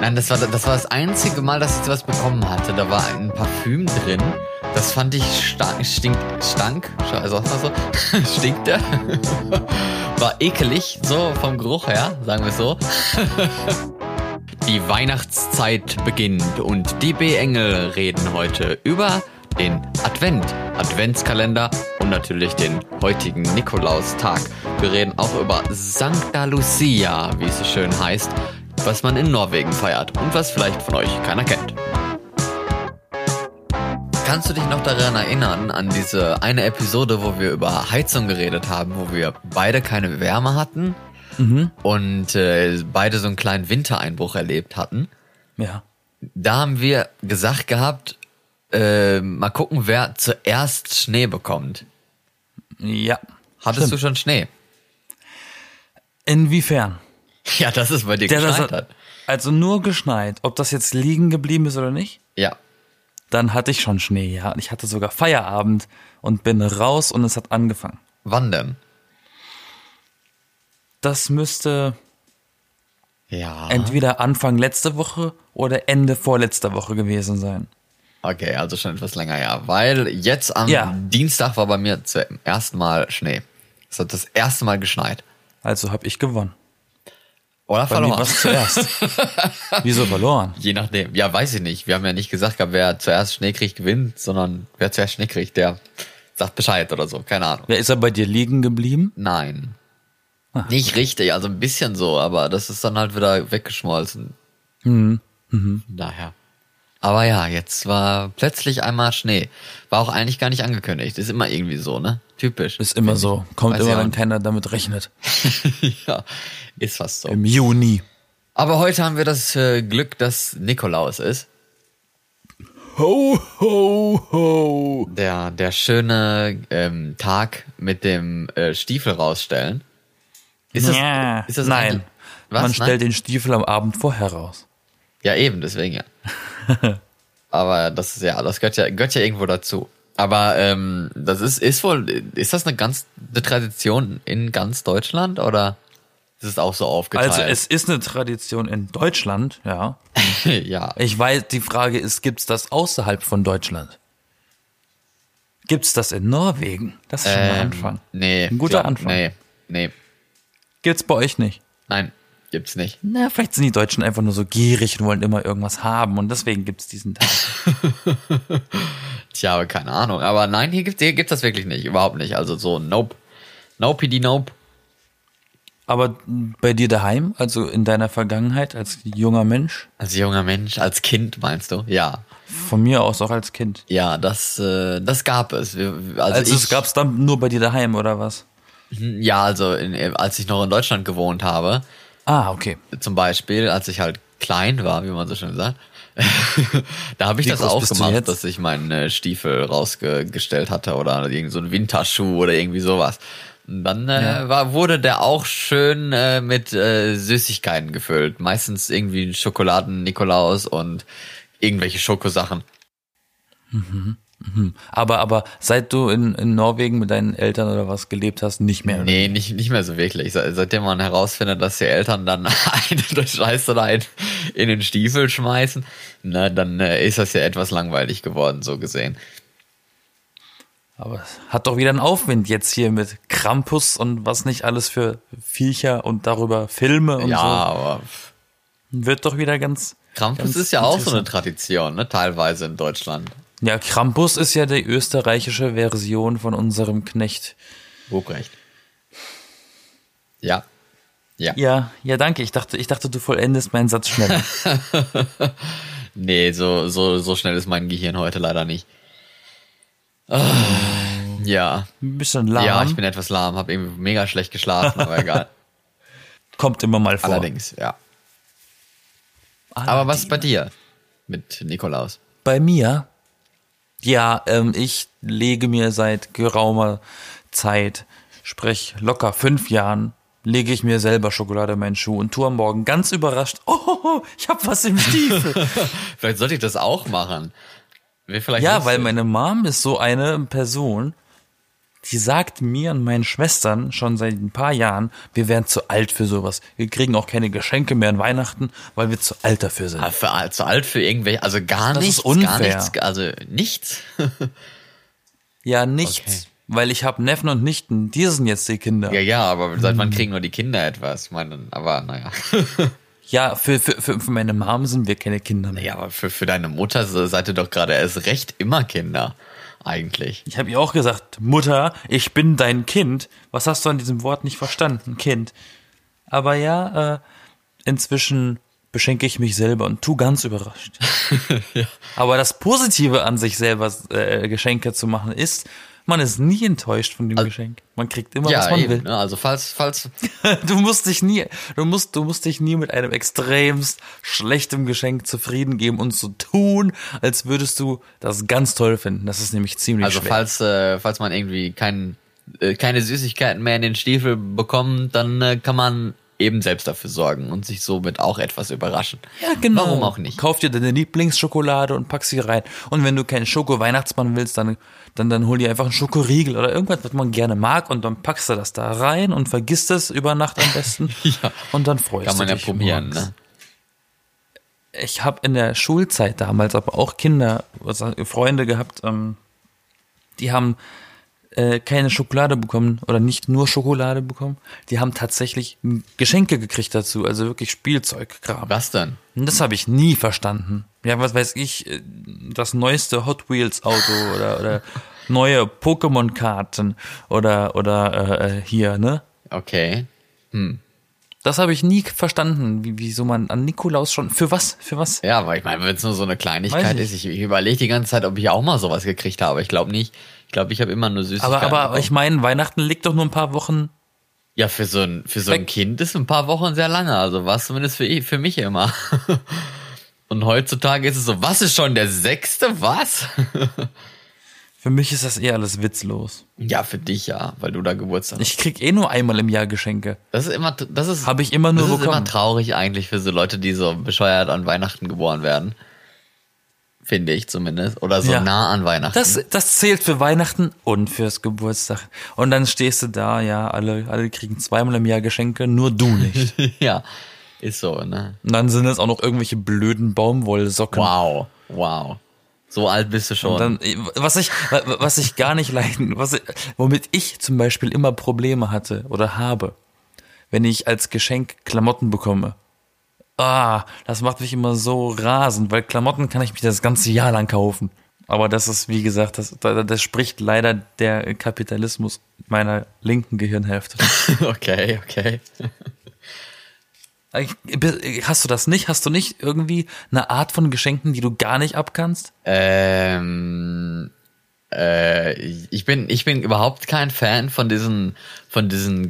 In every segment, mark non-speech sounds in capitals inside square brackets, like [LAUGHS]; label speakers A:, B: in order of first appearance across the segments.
A: Nein, das war, das war das einzige Mal, dass ich sowas bekommen hatte. Da war ein Parfüm drin. Das fand ich stank, stink, stank, also auch mal so, [LAUGHS] stinkte. War ekelig, so vom Geruch her, sagen wir so. Die Weihnachtszeit beginnt und die B-Engel reden heute über den Advent, Adventskalender und natürlich den heutigen Nikolaustag. Wir reden auch über Santa Lucia, wie es so schön heißt, was man in Norwegen feiert und was vielleicht von euch keiner kennt. Kannst du dich noch daran erinnern, an diese eine Episode, wo wir über Heizung geredet haben, wo wir beide keine Wärme hatten
B: Mhm.
A: und äh, beide so einen kleinen Wintereinbruch erlebt hatten?
B: Ja.
A: Da haben wir gesagt gehabt, äh, mal gucken, wer zuerst Schnee bekommt.
B: Ja.
A: Hattest
B: Stimmt.
A: du schon Schnee? [LAUGHS]
B: Inwiefern?
A: Ja, das ist bei dir
B: Der, das
A: geschneit hat.
B: also nur geschneit. Ob das jetzt liegen geblieben ist oder nicht,
A: Ja.
B: dann hatte ich schon Schnee, ja. Ich hatte sogar Feierabend und bin raus und es hat angefangen.
A: Wann denn?
B: Das müsste
A: Ja.
B: entweder Anfang letzte Woche oder Ende vorletzter Woche gewesen sein.
A: Okay, also schon etwas länger, ja. Weil jetzt am
B: Ja.
A: Dienstag war bei mir zum ersten Mal Schnee. Es hat das erste Mal geschneit. Also.
B: Also habe ich gewonnen.
A: Oder
B: Bei mir
A: verloren.
B: was zuerst.
A: [LAUGHS]
B: Wieso verloren?
A: Je nachdem. Ja, weiß ich nicht. Wir haben ja nicht gesagt, gehabt, wer zuerst Schnee kriegt, gewinnt, sondern wer zuerst Schnee kriegt, der sagt Bescheid oder so. Keine Ahnung.
B: Wer ist er bei dir liegen geblieben?
A: Nein. Nicht richtig, also ein bisschen so, aber das ist dann halt wieder weggeschmolzen. Mhm. Daher. Aber ja, jetzt war plötzlich einmal Schnee. War auch eigentlich gar nicht angekündigt. Ist immer irgendwie so, ne? Typisch.
B: Ist immer so. Kommt
A: Weiß
B: immer,
A: ich auch
B: wenn
A: nicht.
B: keiner damit rechnet.
A: [LAUGHS] ja, ist fast so.
B: Im Juni.
A: Aber heute haben wir das äh, Glück, dass Nikolaus ist.
B: Ho, ho, ho.
A: Der, der schöne ähm, Tag mit dem äh, Stiefel rausstellen. Ist das,
B: Ja.
A: ist das
B: Nein.
A: eigentlich- Was?
B: Man
A: Nein?
B: stellt den Stiefel am Abend vorher raus.
A: Ja, eben, deswegen ja.
B: [LAUGHS]
A: Aber das ist ja, das gehört ja, gehört ja irgendwo dazu. Aber ähm, das ist, ist wohl, ist das eine ganz eine Tradition in ganz Deutschland oder ist es auch so aufgeteilt?
B: Also es ist eine Tradition in Deutschland, ja.
A: [LAUGHS] ja.
B: Ich weiß, die Frage ist, gibt's das außerhalb von Deutschland? Gibt's das in Norwegen? Das ist schon mal ein
A: Ähm,
B: Anfang.
A: Nee.
B: Ein guter
A: glaub-
B: Anfang.
A: Nee, nee.
B: Gibt's bei euch nicht?
A: Nein, gibt's nicht.
B: Na, vielleicht sind die Deutschen einfach nur so gierig und wollen immer irgendwas haben und deswegen gibt's diesen Tag.
A: [LAUGHS] Ich habe keine Ahnung. Aber nein, hier gibt's, hier gibt's das wirklich nicht. Überhaupt nicht. Also so, nope. Nope, die nope.
B: Aber bei dir daheim, also in deiner Vergangenheit als junger Mensch,
A: Als junger Mensch, als Kind meinst du? Ja.
B: von mir aus auch als Kind.
A: Ja, das, äh, das gab es. Wir, also
B: Also
A: ich,
B: es gab's dann nur bei dir daheim oder was?
A: Ja, also in, als ich noch in Deutschland gewohnt habe,
B: Ah, okay.
A: zum Beispiel, als ich halt klein war, wie man so schön sagt, [LAUGHS] da habe ich
B: Wie
A: das
B: groß
A: auch
B: bist du
A: gemacht,
B: jetzt?
A: dass ich meinen äh, Stiefel rausgestellt hatte oder irgend so einen Winterschuh oder irgendwie sowas. Und dann äh, war, wurde der auch schön äh, mit äh, Süßigkeiten gefüllt. Meistens irgendwie Schokoladen-Nikolaus und irgendwelche Schokosachen.
B: Aber, aber seit du in, in Norwegen mit deinen Eltern oder was gelebt hast, nicht mehr.
A: Nee, nicht, nicht mehr so wirklich. Se- Seitdem man herausfindet, dass die Eltern dann [LAUGHS] eine das Scheiße da in, in den Stiefel schmeißen, na, dann äh, ist das ja etwas langweilig geworden, so gesehen.
B: Aber es hat doch wieder einen Aufwind jetzt hier mit Krampus und was nicht alles für Viecher und darüber Filme und
A: ja,
B: ja.
A: aber
B: so. Wird doch wieder ganz.
A: Krampus
B: ganz
A: ist ja auch so eine
B: interessant.
A: Tradition, ne, teilweise in Deutschland.
B: Ja, Krampus ist ja die österreichische Version von unserem Knecht.
A: Ruprecht. Ja. Ja.
B: Ja, ja, danke. Ich dachte, ich dachte, du vollendest meinen
A: [LAUGHS]
B: Satz schneller.
A: Nee, so, so, so schnell ist mein Gehirn heute leider nicht. Ah, ja.
B: Ein bisschen lahm.
A: Ja, ich bin etwas lahm, habe irgendwie mega schlecht geschlafen, aber egal.
B: Kommt immer mal vor.
A: Allerdings, ja. Aber
B: Allerdings.
A: was bei dir mit Nikolaus?
B: Bei mir? Ja, ähm, ich lege mir seit geraumer Zeit, sprich locker fünf Jahren, lege ich mir selber Schokolade in meinen Schuh und tue am Morgen ganz überrascht, [LAUGHS] oh, ich habe was im Stiefel.
A: Vielleicht sollte ich das auch machen. Wäre vielleicht
B: ja,
A: nicht
B: weil
A: so-
B: meine Mom ist so eine Person, die sagt mir und meinen Schwestern schon seit ein paar Jahren, wir wären zu alt für sowas. Wir kriegen auch keine Geschenke mehr an Weihnachten, weil wir zu alt dafür sind.
A: Ah, Für, alt- zu alt für irgendwelche, also gar
B: Das
A: nichts.
B: ist
A: Gar
B: unfair.
A: nichts, also nichts.
B: Ja, nichts.
A: Okay.
B: Weil ich habe Neffen und Nichten, die sind jetzt die Kinder.
A: ja, ja, aber seit wann kriegen nur die Kinder etwas? Ich meine, aber naja.
B: Ja, für, für, für, für meine Mom sind wir keine Kinder mehr.
A: Ja, aber für, für deine Mutter so- seid ihr doch gerade erst recht immer Kinder, eigentlich.
B: Ich habe ihr auch gesagt, Mutter, ich bin dein Kind. Was hast du an diesem Wort nicht verstanden, Kind? Aber ja, äh, inzwischen beschenke ich mich selber und tu ganz überrascht.
A: [LAUGHS]
B: Aber das Positive an sich selber äh, Geschenke zu machen ist, man ist nie enttäuscht von dem Geschenk. Man kriegt immer, was
A: Also Ja,
B: man
A: eben.
B: will.
A: Ne? Also falls, falls,
B: Du musst dich nie, du musst, du musst dich nie mit einem extremst schlechtem Geschenk zufrieden geben und so tun, als würdest du das ganz toll finden. Das ist nämlich ziemlich
A: also
B: schwer.
A: falls, äh, falls man irgendwie kein, äh, keine Süßigkeiten mehr in den Stiefel bekommt, dann äh, kann man eben selbst dafür sorgen und sich somit auch etwas überraschen.
B: Ja, genau.
A: Warum auch nicht?
B: Kauf dir deine Lieblingsschokolade und pack sie rein. Und wenn du keinen Schoko-Weihnachtsmann willst, dann, dann, dann hol dir einfach einen Schokoriegel oder irgendwas, was man gerne mag und dann packst du das da rein und vergisst es über Nacht am besten.
A: [LAUGHS] Ja.
B: Und dann freust
A: Kann man
B: du
A: ja
B: dich.
A: probieren,
B: morgens.
A: ne?
B: Ich habe in der Schulzeit damals aber auch Kinder, also Freunde gehabt, ähm, die haben äh, keine Schokolade bekommen oder nicht nur Schokolade bekommen. Die haben tatsächlich Geschenke gekriegt dazu, also wirklich Spielzeugkram.
A: Was denn?
B: Und Das habe ich nie verstanden. Ja, was weiß ich, äh, das neueste Hot Wheels Auto oder, oder neue Pokémon-Karten oder, oder äh, äh, hier, ne?
A: Okay.
B: Das habe ich nie verstanden, wie, wieso man an Nikolaus schon. Für was? Für was?
A: Ja, aber ich meine, wenn es nur so eine
B: Weiß
A: Kleinigkeit
B: nicht.
A: ist, ich, ich überlege die ganze Zeit, ob ich auch mal sowas gekriegt habe. Ich glaube nicht. Ich glaube, ich habe immer nur Süßigkeiten.
B: Aber, aber
A: bekommen.
B: ich meine, Weihnachten liegt doch nur ein paar Wochen.
A: Ja, für so ein, für so ein
B: Weg.
A: Kind ist ein paar Wochen sehr lange. Also war es zumindest für, ich- für mich immer. [LAUGHS] Und heutzutage ist es so, was ist schon der sechste? Was?
B: Für mich ist das eh alles witzlos.
A: Ja, für dich ja, weil du da Geburtstag hast.
B: Ich krieg eh nur einmal im Jahr Geschenke.
A: Das ist immer, das ist,
B: Habe ich immer nur
A: das ist
B: bekommen.
A: immer traurig eigentlich für so Leute, die so bescheuert an Weihnachten geboren werden. Finde ich zumindest. Oder so
B: Ja.
A: nah an Weihnachten.
B: Das, das zählt für Weihnachten und fürs Geburtstag. Und dann stehst du da, ja, alle, alle kriegen zweimal im Jahr Geschenke, nur du
A: [LAUGHS]
B: nicht.
A: [LAUGHS] ja, ist so, ne?
B: Und dann sind es auch noch irgendwelche blöden Baumwollsocken.
A: Wow, wow. So alt bist du schon.
B: Dann, äh, was ich, was ich gar nicht leiden, was, ich- womit ich zum Beispiel immer Probleme hatte oder habe, wenn ich als Geschenk Klamotten bekomme. Ah, das macht mich immer so rasend, weil Klamotten kann ich mich das ganze Jahr lang kaufen. Aber das ist, wie gesagt, das, da- das spricht leider der Kapitalismus meiner linken Gehirnhälfte.
A: [LAUGHS] okay, okay.
B: Ich- Hast du das nicht? Hast du nicht irgendwie eine Art von Geschenken, die du gar nicht abkannst?
A: Ähm, äh, ich bin ich bin überhaupt kein Fan von diesen von diesen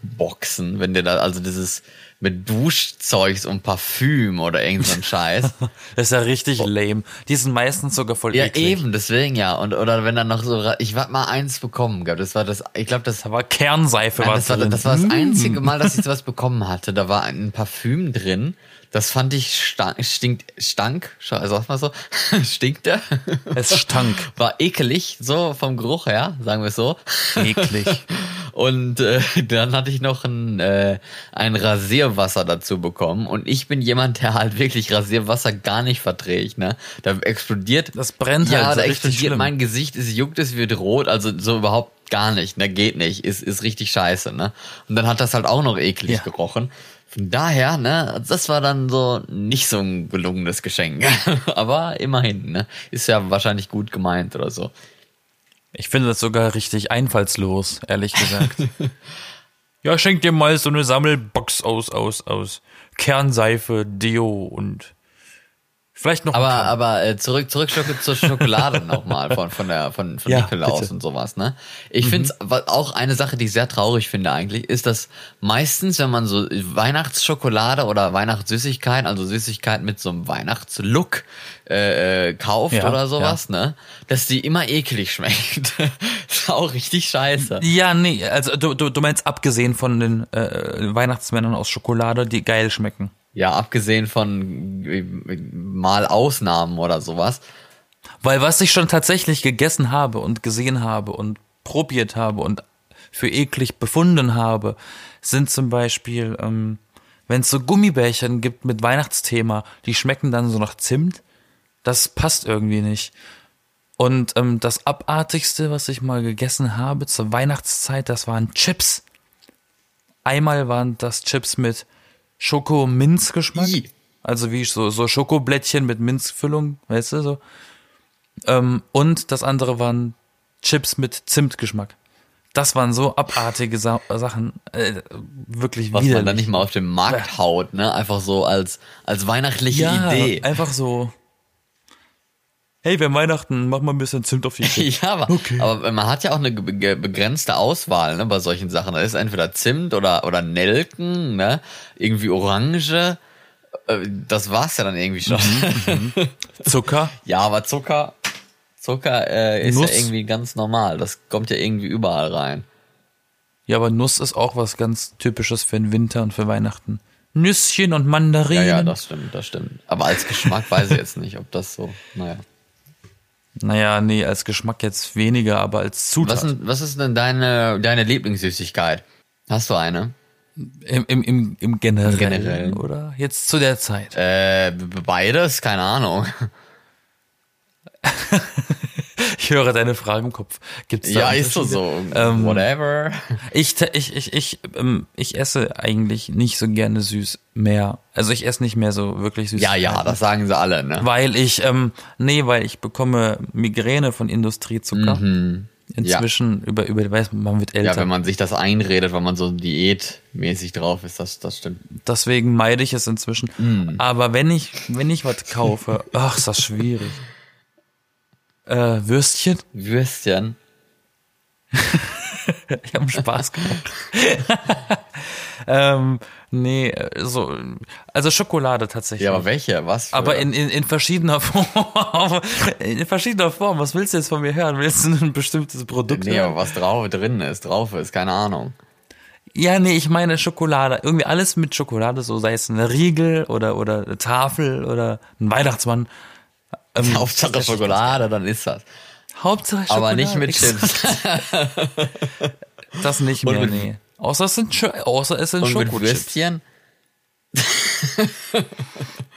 A: Geschenkboxen, wenn dir da also dieses mit Duschzeugs und Parfüm oder irgend so ein Scheiß.
B: Das ist ja richtig lame. Die sind meistens sogar voll
A: Oh. ja,
B: eklig.
A: eben, deswegen ja und oder wenn dann noch so ra- ich hab mal eins bekommen, gell, das war das ich glaube das
B: Da war Kernseife
A: Nein,
B: war
A: das, war,
B: drin. Hm?
A: das war das einzige Mal, dass ich sowas bekommen hatte. Da war ein Parfüm drin. Das fand ich stank, stinkt, stank, scha- also sag mal so, [LAUGHS] stinkte. [LAUGHS]
B: Es stank.
A: War ekelig, so vom Geruch her, sagen wir es so.
B: Eklig.
A: Und äh, dann hatte ich noch ein, äh, ein Rasierwasser dazu bekommen. Und ich bin jemand, der halt wirklich Rasierwasser gar nicht verträgt. Ne? Da explodiert.
B: Das brennt
A: ja,
B: halt so
A: da
B: richtig
A: explodiert
B: schlimm.
A: mein Gesicht, es juckt, es wird rot. Also so überhaupt gar nicht. Ne? Geht nicht. Ist, ist richtig scheiße. Ne? Und dann hat das halt auch noch eklig
B: Ja.
A: gerochen. Von daher, ne, das war dann so nicht so ein gelungenes Geschenk. [LAUGHS] Aber immerhin, ne? Ist ja wahrscheinlich gut gemeint oder so.
B: Ich finde das sogar richtig einfallslos,
A: [LAUGHS]
B: ehrlich gesagt. ja, schenk dir mal so eine Sammelbox aus, aus, aus. Kernseife, Deo und vielleicht noch.
A: Aber, aber äh, zurück, zurück Schoko- zur
B: [LAUGHS]
A: Schokolade nochmal von, von, der, von, von
B: Ja,
A: Nikolaus
B: bitte. Mhm.
A: und sowas, ne? Ich find's finde auch eine Sache, die ich sehr traurig finde eigentlich, ist, dass meistens, wenn man so Weihnachtsschokolade oder Weihnachtssüßigkeiten, also Süßigkeiten mit so einem Weihnachtslook äh, äh, kauft
B: Ja,
A: oder sowas, ne? Dass die immer eklig schmeckt. [LAUGHS] ist auch richtig scheiße.
B: ja, nee, also du, du, du meinst abgesehen von den äh, Weihnachtsmännern aus Schokolade, die geil schmecken.
A: Ja, abgesehen von äh, mal Ausnahmen oder sowas.
B: Weil was ich schon tatsächlich gegessen habe und gesehen habe und probiert habe und für eklig befunden habe, sind zum Beispiel, ähm, wenn es so Gummibärchen gibt mit Weihnachtsthema, die schmecken dann so nach Zimt. Das passt irgendwie nicht. Und ähm, das Abartigste, was ich mal gegessen habe zur Weihnachtszeit, das waren Chips. Einmal waren das Chips mit Schoko-Minz-Geschmack.
A: I.
B: Also wie so, so Schokoblättchen mit Minzfüllung, weißt du, so. Ähm, und das andere waren Chips mit Zimtgeschmack. Das waren so abartige Sa Sachen. Äh, wirklich
A: Was man dann
B: widerlich.
A: nicht mal auf den Markt haut, ne? Einfach so als, als weihnachtliche
B: Ja,
A: Idee.
B: einfach so. Hey, wir haben Weihnachten, mach mal ein bisschen Zimt auf
A: [LAUGHS]
B: die Chips.
A: Ja, aber, aber man hat ja auch eine ge- ge- begrenzte Auswahl ne, bei solchen Sachen. Da ist entweder Zimt oder, oder Nelken, ne? irgendwie Orange. Äh, Das war's ja dann irgendwie schon.
B: Mhm. Zucker.
A: [LAUGHS] ja, aber Zucker, Zucker äh, ist
B: Nuss.
A: ja irgendwie ganz normal. Das kommt ja irgendwie überall rein.
B: Ja, aber Nuss ist auch was ganz Typisches für den Winter und für Weihnachten. Nüsschen und
A: Ja,
B: Mandarinen.
A: ja, das stimmt, das stimmt. Aber als Geschmack [LAUGHS] weiß ich jetzt nicht, ob das so, naja.
B: Naja, nee, als Geschmack jetzt weniger, aber als
A: Was,
B: Zutat.
A: denn, was ist denn deine, deine Lieblingssüßigkeit? Hast du eine?
B: Im, im, im, im Generellen,
A: Generellen.
B: oder? Jetzt zu der Zeit.
A: Äh, b- beides? Keine
B: [LAUGHS]
A: Ahnung.
B: Ich höre deine Frage im Kopf. Gibt's da
A: Ja, ist doch so.
B: Unterschiede? Ähm,
A: Whatever.
B: Ich, te- ich, ich, ich, ähm, ich esse eigentlich nicht so gerne süß mehr. Also ich esse nicht mehr so wirklich süß.
A: Ja, ja, das sagen sie alle, ne?
B: Weil ich, ähm, nee, weil ich bekomme Migräne von Industriezucker. Inzwischen über, über, weiß man, man wird
A: Mhm. Ja,
B: älter.
A: wenn man sich das einredet, wenn man so diätmäßig drauf ist, das, das stimmt.
B: Deswegen meide ich es inzwischen.
A: Mhm.
B: Aber wenn ich, wenn ich was
A: [LAUGHS]
B: kaufe, ach, ist das schwierig. Äh, Würstchen? [LAUGHS]
A: Würstchen.
B: Ich habe
A: [LAUGHS]
B: Spaß gemacht. [LAUGHS] ähm, nee, äh, so, also Schokolade tatsächlich.
A: Ja, aber welche? Was? Für?
B: Aber in, in, in verschiedener [LAUGHS] Form. In verschiedener Form. Was willst du jetzt von mir hören? Willst du ein bestimmtes Produkt
A: Nee, aber
B: hören?
A: was drauf drin ist, drauf ist, keine Ahnung.
B: Ja, nee, ich meine Schokolade. Irgendwie alles mit Schokolade, so sei es ein Riegel oder, oder eine Tafel oder ein Weihnachtsmann.
A: [LAUGHS]
B: Ähm,
A: Hauptsache Schokolade, dann ist das.
B: Hauptsache Schokolade.
A: Aber nicht mit
B: Ich-
A: Chips.
B: [LAUGHS] Das nicht mehr,
A: mit-
B: nee. Außer es sind, Sch- außer es sind
A: Und mit
B: Schokochips.
A: Würstchen?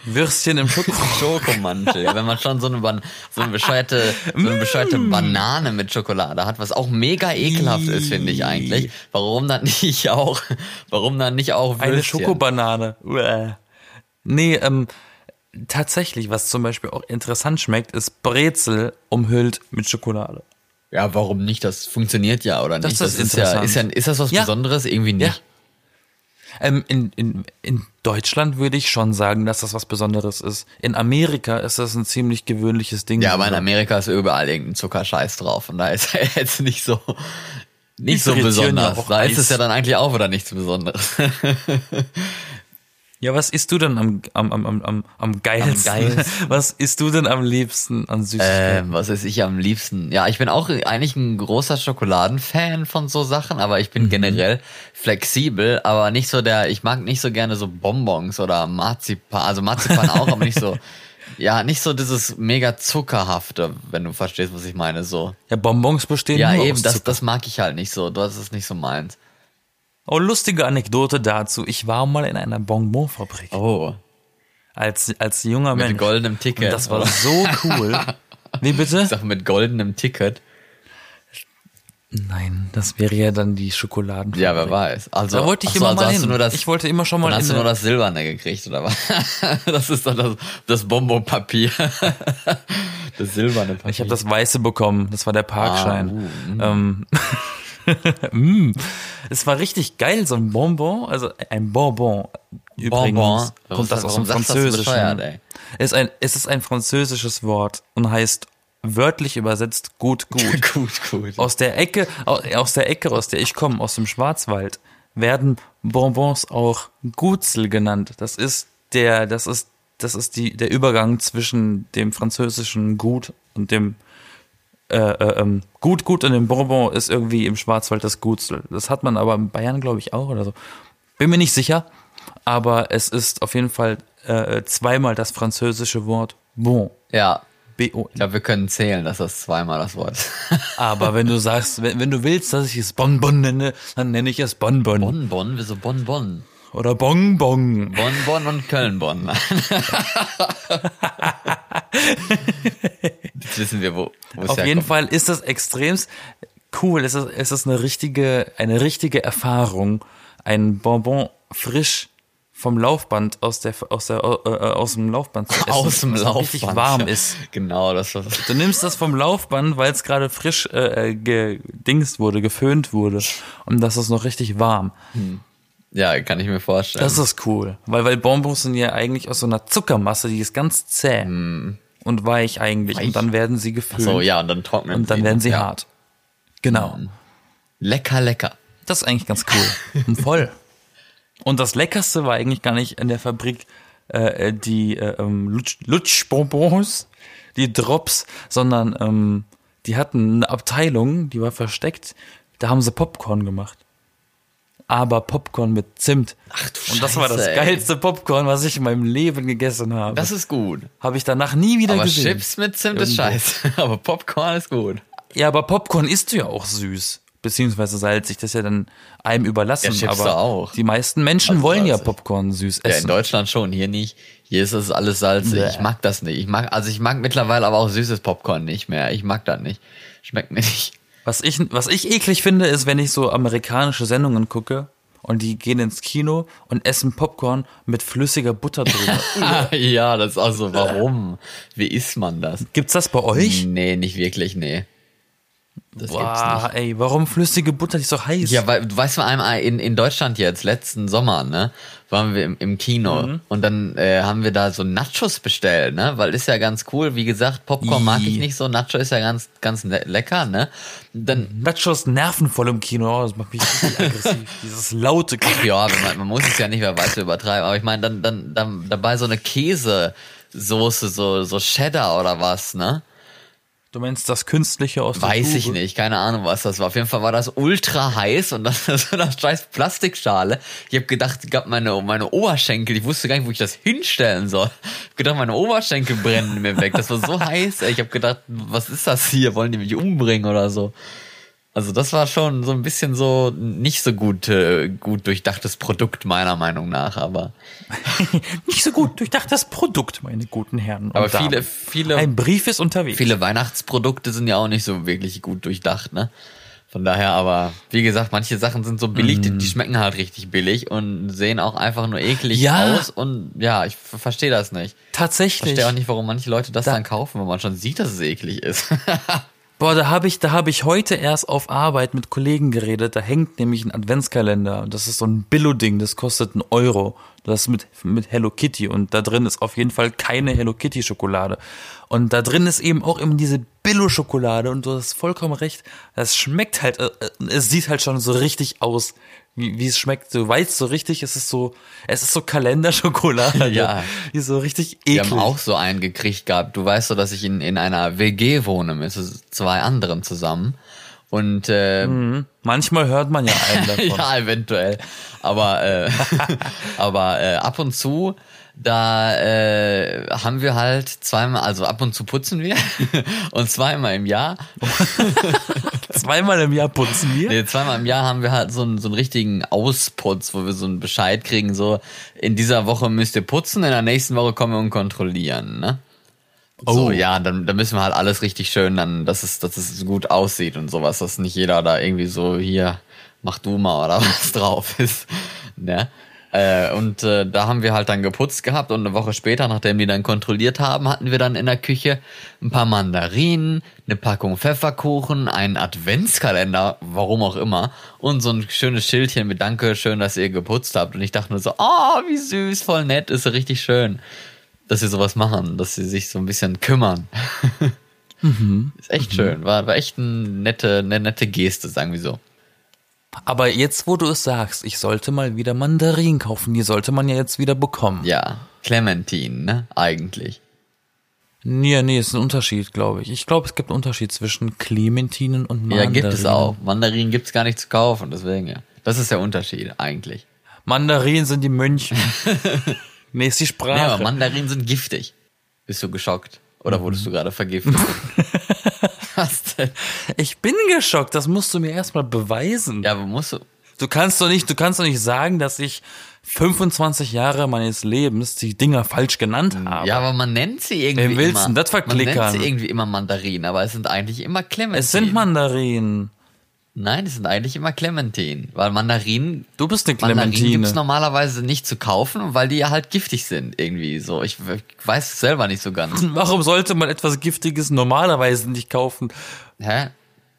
B: Würstchen
A: [LAUGHS]
B: im Schoko.
A: Schokomantel. ja, wenn man schon so eine, Ban so eine bescheuerte, so eine bescheuerte
B: Mm.
A: Banane mit Schokolade hat, was auch mega ekelhaft ist, finde ich eigentlich. Warum dann nicht auch, warum dann nicht auch Würstchen?
B: Eine Schokobanane. Uäh. Nee, ähm, tatsächlich, was zum Beispiel auch interessant schmeckt, ist Brezel umhüllt mit Schokolade.
A: Ja, warum nicht? Das funktioniert ja, oder
B: Das
A: nicht?
B: ist
A: ja,
B: interessant.
A: ist ja, ist das was
B: Ja.
A: Besonderes? Irgendwie nicht.
B: Ja. Ähm, in, in, in Deutschland würde ich schon sagen, dass das was Besonderes ist. In Amerika ist das ein ziemlich gewöhnliches Ding.
A: Ja, aber in Amerika ist überall irgendein Zuckerscheiß drauf und da ist [LAUGHS] er jetzt nicht so, nicht so
B: Irritieren ja
A: besonders.
B: auch
A: da ist es
B: Eis.
A: ja dann eigentlich auch wieder nichts Besonderes.
B: Ja, was isst du denn am, am, am, am, am, am geilsten?
A: Am geilsten.
B: [LAUGHS] Was isst du denn am liebsten an Süßigkeiten?
A: Ähm, was ist ich am liebsten? Ja, ich bin auch eigentlich ein großer Schokoladenfan von so Sachen, aber ich bin
B: Mhm.
A: generell flexibel, aber nicht so der, ich mag nicht so gerne so Bonbons oder Marzipan, also Marzipan auch, aber nicht
B: [LAUGHS]
A: so, ja, nicht so dieses mega zuckerhafte, wenn du verstehst, was ich meine, so.
B: ja, Bonbons bestehen
A: Ja,
B: nur
A: eben,
B: aus
A: das,
B: Zucker.
A: das mag ich halt nicht so. Das ist nicht so meins.
B: Oh, lustige Anekdote dazu. Ich war mal in einer Bonbonfabrik
A: Oh.
B: als, als junger
A: Mit
B: Mensch.
A: goldenem
B: Und
A: Ticket. [LAUGHS]
B: das war so cool. Wie bitte?
A: Sache mit goldenem Ticket.
B: Nein, das wäre ja dann die Schokoladenfabrik.
A: Ja, wer weiß. Also,
B: Da wollte ich
A: ach so,
B: immer
A: also
B: mal
A: hast
B: hin.
A: Du nur das,
B: ich wollte immer schon mal
A: dann hast
B: in
A: du nur
B: eine-
A: das Silberne gekriegt, oder was? [LAUGHS] das ist dann das, das Bonbonpapier. [LAUGHS] das silberne Papier.
B: Ich habe das Weiße bekommen. Das war der Parkschein.
A: Ah, uh,
B: ähm,
A: mhm.
B: [LAUGHS] mm. Es war richtig geil, so ein Bonbon, also ein Bonbon. Übrigens
A: Bonbon?
B: kommt das aus
A: Warum
B: dem
A: sagst du das so
B: Französischen.
A: bescheuert, ey?
B: ist ein, es ist ein französisches Wort und heißt wörtlich übersetzt gut, gut.
A: gut, gut.
B: aus der Ecke, au- aus der Ecke, aus der ich komme, aus dem Schwarzwald, werden Bonbons auch Gutzel genannt. Das ist der, das ist, das ist die, der Übergang zwischen dem französischen Gut und dem äh, äh, ähm, Gut, Gut und dem Bonbon ist irgendwie im Schwarzwald das Gutzel. Das hat man aber in Bayern, glaube ich, auch oder so. Bin mir nicht sicher, aber es ist auf jeden Fall äh, zweimal das französische Wort Bon.
A: Ja. Ich glaube, wir können zählen, dass das zweimal das Wort ist. [LAUGHS]
B: Aber wenn du sagst, wenn, wenn du willst, dass ich es Bonbon nenne, dann nenne ich es Bonbon.
A: Bonbon, wieso Bonbon?
B: Oder Bonbon.
A: Bonbon und
B: [LAUGHS]
A: Kölnbon. Jetzt wissen wir, wo wo es
B: Auf jeden
A: herkommt.
B: Fall ist das extremst cool. Es ist, es ist eine richtige, eine richtige Erfahrung, ein Bonbon frisch vom Laufband aus der aus der äh, äh, aus dem Laufband zu essen,
A: Aus dem
B: was
A: Laufband.
B: richtig warm ist.
A: Genau, das ist
B: Du nimmst das vom Laufband, weil es gerade frisch äh, äh, gedingst wurde, geföhnt wurde und das ist noch richtig warm.
A: Ja, kann ich mir vorstellen.
B: Das ist cool, weil weil Bonbons sind ja eigentlich aus so einer Zuckermasse, die ist ganz zäh und weich eigentlich
A: Hm. Weich.
B: und dann werden sie geföhnt
A: so, ja, und dann trocknen
B: und dann werden sie
A: ja. Hm.
B: hart. Genau.
A: Lecker, lecker.
B: Das ist eigentlich ganz cool. Und
A: [LAUGHS]
B: voll. Und das Leckerste war eigentlich gar nicht in der Fabrik äh, äh, die äh, ähm, Lutsch, Lutschbonbons, die Drops, sondern ähm, die hatten eine Abteilung, die war versteckt. Da haben sie Popcorn gemacht. Aber Popcorn mit Zimt.
A: Ach du
B: Und das war das
A: Scheiße, ey.
B: geilste Popcorn, was ich in meinem Leben gegessen habe.
A: Das
B: Das
A: ist gut.
B: habe ich danach nie wieder
A: Aber
B: gesehen.
A: Chips mit Zimt ist
B: Irgendwo.
A: scheiße. [LAUGHS] Aber Popcorn ist gut.
B: Ja, aber Popcorn isst du ja auch süß. Beziehungsweise salzig, das ist ja dann einem überlassen.
A: Ja, Chips
B: aber
A: auch.
B: die meisten Menschen
A: Also
B: wollen ja
A: salzig.
B: Popcorn süß
A: Ja, in
B: essen.
A: Deutschland schon, hier nicht. Hier ist es alles salzig.
B: Bäh.
A: Ich mag das nicht. Ich mag, also ich mag mittlerweile aber auch süßes Popcorn nicht mehr. Ich mag das nicht. Schmeckt mir nicht.
B: was, ich, was ich eklig finde, ist, wenn ich so amerikanische Sendungen gucke und die gehen ins Kino und essen Popcorn mit
A: [LAUGHS]
B: flüssiger Butter drüber.
A: ja, das ist auch so, warum? Wie isst man das?
B: Gibt's das bei euch?
A: Nee, nicht wirklich, nee. Das gibt's
B: Boah,
A: nicht.
B: ey, warum flüssige Butter? Die ist doch heiß.
A: Ja, weil du weißt vor allem ah, in, in Deutschland jetzt, letzten Sommer, ne, waren wir im, im Kino und dann äh, haben wir da so Nachos bestellt, ne? Weil ist ja ganz cool, wie gesagt, Popcorn mag ich
B: Ih.
A: nicht so, Nacho ist ja ganz, ganz le lecker, ne? Dann
B: Mhm. Nachos nerven voll im Kino. Oh, Das macht mich
A: [LAUGHS]
B: richtig aggressiv. Dieses laute
A: ja, wenn man, man muss es ja nicht mehr weiter übertreiben, aber ich meine, dann, dann, dann dabei so eine Käsesoße, so, so Cheddar oder was, ne?
B: Du meinst das Künstliche aus der
A: Weiß
B: Tube?
A: ich nicht, keine Ahnung, was das war. Auf jeden Fall war das ultra heiß und dann [LAUGHS] so eine scheiß Plastikschale. Ich habe gedacht, ich hab meine, meine Oberschenkel, ich wusste gar nicht, wo ich das hinstellen soll. Ich hab gedacht, meine Oberschenkel brennen mir weg. Das war so heiß. Ey. Ich habe gedacht, was ist das hier? Wollen die mich umbringen oder so? Also das war schon so ein bisschen so nicht so gut, äh, gut durchdachtes Produkt meiner Meinung nach, aber
B: Nicht so gut durchdachtes Produkt, meine guten Herren. und
A: Aber
B: Damen.
A: viele- viele-
B: Ein Brief ist unterwegs.
A: viele Weihnachtsprodukte sind ja auch nicht so wirklich gut durchdacht, ne? Von daher, aber wie gesagt, manche Sachen sind so billig, die, die schmecken halt richtig billig und sehen auch einfach nur eklig
B: Ja.
A: aus und ja, ich ver- verstehe das nicht. Ich
B: Tatsächlich.
A: verstehe auch nicht, warum manche Leute das dann kaufen, wenn man schon sieht, dass es eklig ist. [LAUGHS]
B: Boah, da habe ich, da habe ich heute erst auf Arbeit mit Kollegen geredet. Da hängt nämlich ein Adventskalender. Und Das ist so ein Billo-Ding. Das kostet einen Euro. Das ist mit, mit Hello Kitty. Und da drin ist auf jeden Fall keine Hello Kitty Schokolade. Und da drin ist eben auch immer diese Billo Schokolade. Und du hast vollkommen recht. Das schmeckt halt, äh, äh, es sieht halt schon so richtig aus. Wie, wie es schmeckt, du weißt so richtig, es ist so, es ist so Kalenderschokolade.
A: Ja.
B: Die ist so richtig
A: Wir
B: eklig.
A: haben auch so einen gekriegt gehabt. Du weißt so, dass ich in, in einer WG wohne mit so zwei anderen zusammen. Und äh,
B: Manchmal hört man ja einen davon.
A: [LAUGHS] Ja, eventuell. Aber, äh, [LAUGHS] aber äh, ab und zu, da äh, haben wir halt zweimal, also ab und zu putzen wir [LAUGHS] und zweimal im Jahr.
B: Zweimal im Jahr putzen wir.
A: Nee, zweimal im Jahr haben wir halt so einen, so einen richtigen Ausputz, wo wir so einen Bescheid kriegen, so in dieser Woche müsst ihr putzen, in der nächsten Woche kommen wir und kontrollieren, ne? So,
B: Oh.
A: ja, dann, dann müssen wir halt alles richtig schön, dann, dass es, dass es gut aussieht und sowas, dass nicht jeder da irgendwie so, hier, mach du mal oder [LAUGHS] was drauf ist. Ne? Äh, und äh, da haben wir halt dann geputzt gehabt und eine Woche später, nachdem die dann kontrolliert haben, hatten wir dann in der Küche ein paar Mandarinen, eine Packung Pfefferkuchen, einen Adventskalender, warum auch immer, und so ein schönes Schildchen mit Danke, schön, dass ihr geputzt habt. Und ich dachte nur so, oh, wie süß, voll nett, ist richtig schön dass sie sowas machen, dass sie sich so ein bisschen
B: [LAUGHS]
A: kümmern.
B: Mhm.
A: Ist echt schön, war, war echt eine nette, eine nette Geste, sagen wir so.
B: Aber jetzt, wo du es sagst, ich sollte mal wieder Mandarinen kaufen. Die sollte man ja jetzt wieder bekommen.
A: Ja, Clementine, ne, eigentlich.
B: Nee, nee, ist ein Unterschied, glaube ich. Ich glaube, es gibt einen Unterschied zwischen Clementinen und Mandarinen.
A: Ja, gibt es auch. Mandarinen gibt es gar nicht zu kaufen, deswegen ja. Das ist der Unterschied eigentlich.
B: Mandarinen sind
A: [LAUGHS]
B: die Mönche. nee, ist die Sprache.
A: Ja, aber Mandarinen sind giftig. Bist du geschockt? Oder
B: Mhm.
A: wurdest du gerade
B: [LAUGHS]
A: vergiftet? Was denn?
B: Ich bin geschockt, das musst du mir erstmal beweisen.
A: Ja, aber musst du.
B: Du kannst doch nicht, du kannst doch nicht sagen, dass ich 25 Jahre meines Lebens die Dinger falsch genannt habe.
A: Ja, aber man nennt sie irgendwie.
B: Wen willst
A: immer,
B: du denn das
A: Man
B: verklickern?
A: nennt sie irgendwie immer Mandarinen, aber es sind eigentlich immer Clementine.
B: es sind Mandarinen.
A: Nein, es sind eigentlich immer Clementine. Weil Mandarinen.
B: Du bist eine
A: Mandarinen gibt's
B: Clementine.
A: normalerweise nicht zu kaufen, und weil die ja halt giftig sind, irgendwie so. Ich w- weiß es selber nicht so ganz.
B: [LAUGHS] Warum sollte man etwas Giftiges normalerweise nicht kaufen?
A: Hä?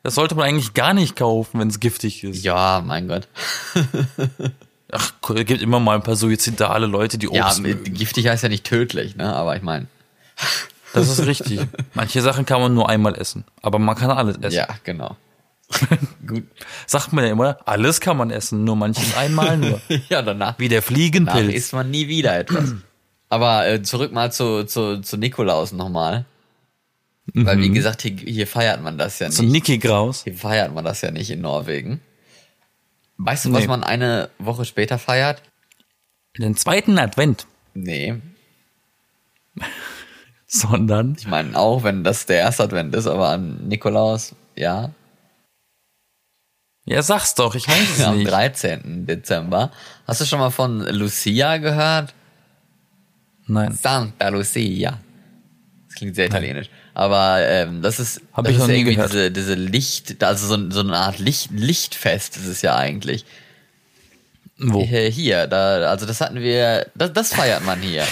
B: Das sollte man eigentlich gar nicht kaufen, wenn es giftig ist.
A: Ja, mein Gott.
B: Ach, cool, gibt immer mal ein paar suizidale Leute, die
A: Ja,
B: Obst mögen.
A: mit, giftig heißt ja nicht tödlich, ne? Aber ich meine.
B: Das ist richtig. Manche Sachen kann man nur einmal essen, aber man kann alles essen.
A: Ja, genau. [LAUGHS]
B: [LAUGHS]
A: Gut.
B: Sagt man ja immer, alles kann man essen, nur manches einmal nur.
A: Ja, danach
B: Wie der
A: Danach
B: Fliegenpilz.
A: isst man nie wieder
B: [CLEARS THROAT]
A: etwas. Aber äh, zurück mal zu, zu, zu Nikolaus nochmal. Weil, wie gesagt, hier, hier feiert man das ja
B: Mhm. Zu
A: nicht.
B: Niki Graus.
A: Hier feiert man das ja nicht in Norwegen. Weißt du, was
B: Nee.
A: man eine Woche später feiert?
B: Den zweiten Advent.
A: Nee.
B: Sondern.
A: Ich meine, auch wenn das der erste Advent ist, aber an Nikolaus, ja.
B: Ja, sag's doch, ich weiß es
A: Am
B: nicht.
A: 13. Dezember. Hast du schon mal von Lucia gehört?
B: Nein.
A: Santa Lucia. Das klingt sehr italienisch. Aber ähm, das ist,
B: Hab
A: das
B: ich
A: ist
B: noch
A: ja
B: nie
A: irgendwie
B: gehört.
A: diese, diese Licht, also so, so eine Art Licht, Lichtfest ist es ja eigentlich.
B: Wo?
A: Hier, hier da, also das hatten wir, das, das feiert man
B: [LAUGHS]
A: hier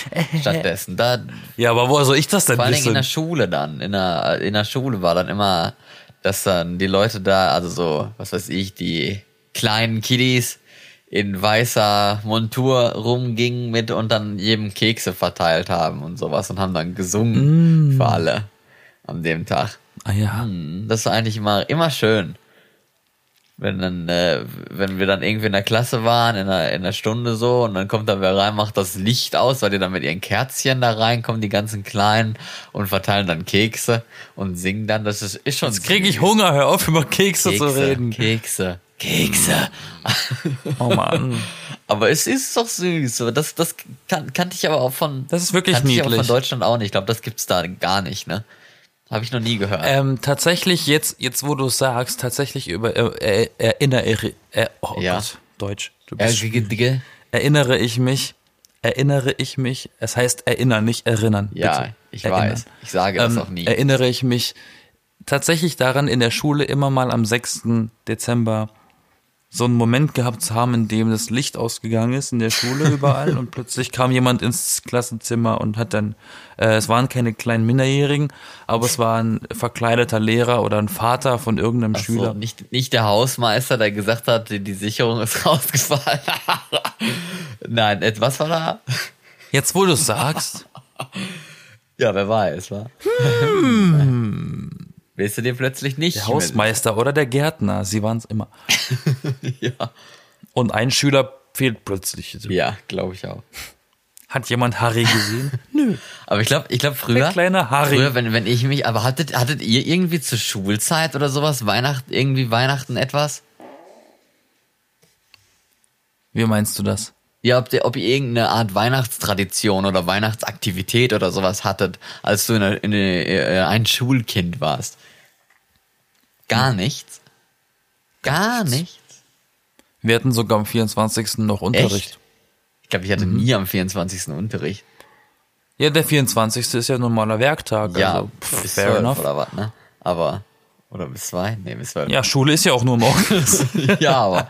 A: stattdessen. Da,
B: Ja, aber woher soll ich das denn
A: vor allen Dingen in der
B: wissen?
A: Schule dann, in der, in der Schule war dann immer, dass dann die Leute da, also so, was weiß ich, die kleinen Kiddies in weißer Montur rumgingen mit und dann jedem Kekse verteilt haben und sowas und haben dann gesungen für alle an dem Tag.
B: Ah ja.
A: Mhm, Das war eigentlich immer, immer schön. Wenn dann, äh, wenn wir dann irgendwie in der Klasse waren, in der, in der Stunde so, und dann kommt da wer rein, macht das Licht aus, weil die dann mit ihren Kerzchen da reinkommen, die ganzen Kleinen, und verteilen dann Kekse und singen dann, das ist, ist schon. Jetzt
B: Krieg ich Hunger, hör auf über Kekse,
A: Kekse,
B: zu reden.
A: Kekse, Kekse.
B: Oh Mann.
A: [LAUGHS] Aber es ist doch süß. aber Das, das kan kannte ich aber auch von.
B: Das ist wirklich
A: kannte Ich aber
B: niedlich.
A: von Deutschland auch nicht. Ich glaube, das gibt's da gar nicht, ne? Habe ich noch nie gehört.
B: Ähm, tatsächlich jetzt, jetzt wo du es sagst, tatsächlich über äh, äh, erinnere äh, oh
A: Ja.
B: Gott, Deutsch. Du
A: Äh,
B: bist,
A: g- g- g-
B: erinnere ich mich, erinnere ich mich. Es heißt erinnern, nicht erinnern.
A: Ja,
B: bitte.
A: ich
B: Erinnern.
A: weiß. Ich sage das
B: Ähm,
A: auch nie.
B: Erinnere ich mich tatsächlich daran, in der Schule immer mal am 6. Dezember so einen Moment gehabt zu haben, in dem das Licht ausgegangen ist in der Schule
A: [LAUGHS]
B: überall und plötzlich kam jemand ins Klassenzimmer und hat dann, äh, es waren keine kleinen Minderjährigen, aber es war ein verkleideter Lehrer oder ein Vater von irgendeinem
A: Ach so,
B: Schüler.
A: nicht, nicht der Hausmeister, der gesagt hat, die, die Sicherung ist [LAUGHS] rausgefallen. Nein, et- was war da?
B: Jetzt, wo du es
A: [LAUGHS]
B: sagst,
A: Ja, wer weiß, wa? Willst du dir plötzlich nicht?
B: Hm. der Hausmeister oder der Gärtner, sie waren es immer.
A: mit- [LAUGHS] Ja,
B: Und ein Schüler fehlt plötzlich.
A: ja glaube ich auch.
B: Hat jemand Harry gesehen?
A: Aber ich glaube, ich glaube früher,
B: Der kleine Harry.
A: früher, wenn, wenn ich mich, aber hattet, hattet ihr irgendwie zur Schulzeit oder sowas, Weihnachten, irgendwie Weihnachten etwas?
B: Wie meinst du das?
A: Ja, ob, ihr, ob ihr irgendeine Art Weihnachtstradition oder Weihnachtsaktivität oder sowas hattet, als du in der- in der- äh, ein Schulkind warst. Gar
B: Hm.
A: nichts? Gar nichts?
B: Wir hatten sogar am 24. noch Unterricht. Mhm.
A: Echt? Ich glaube, ich hatte nie am 24. Unterricht.
B: Ja, der 24. ist ja ein normaler Werktag.
A: Ja,
B: also, pff,
A: bis
B: fair
A: 12
B: enough.
A: oder was, ne? Aber, oder bis zwei? Nee, bis 12.
B: Ja, Schule ist ja auch nur morgens.
A: [LAUGHS] ja, aber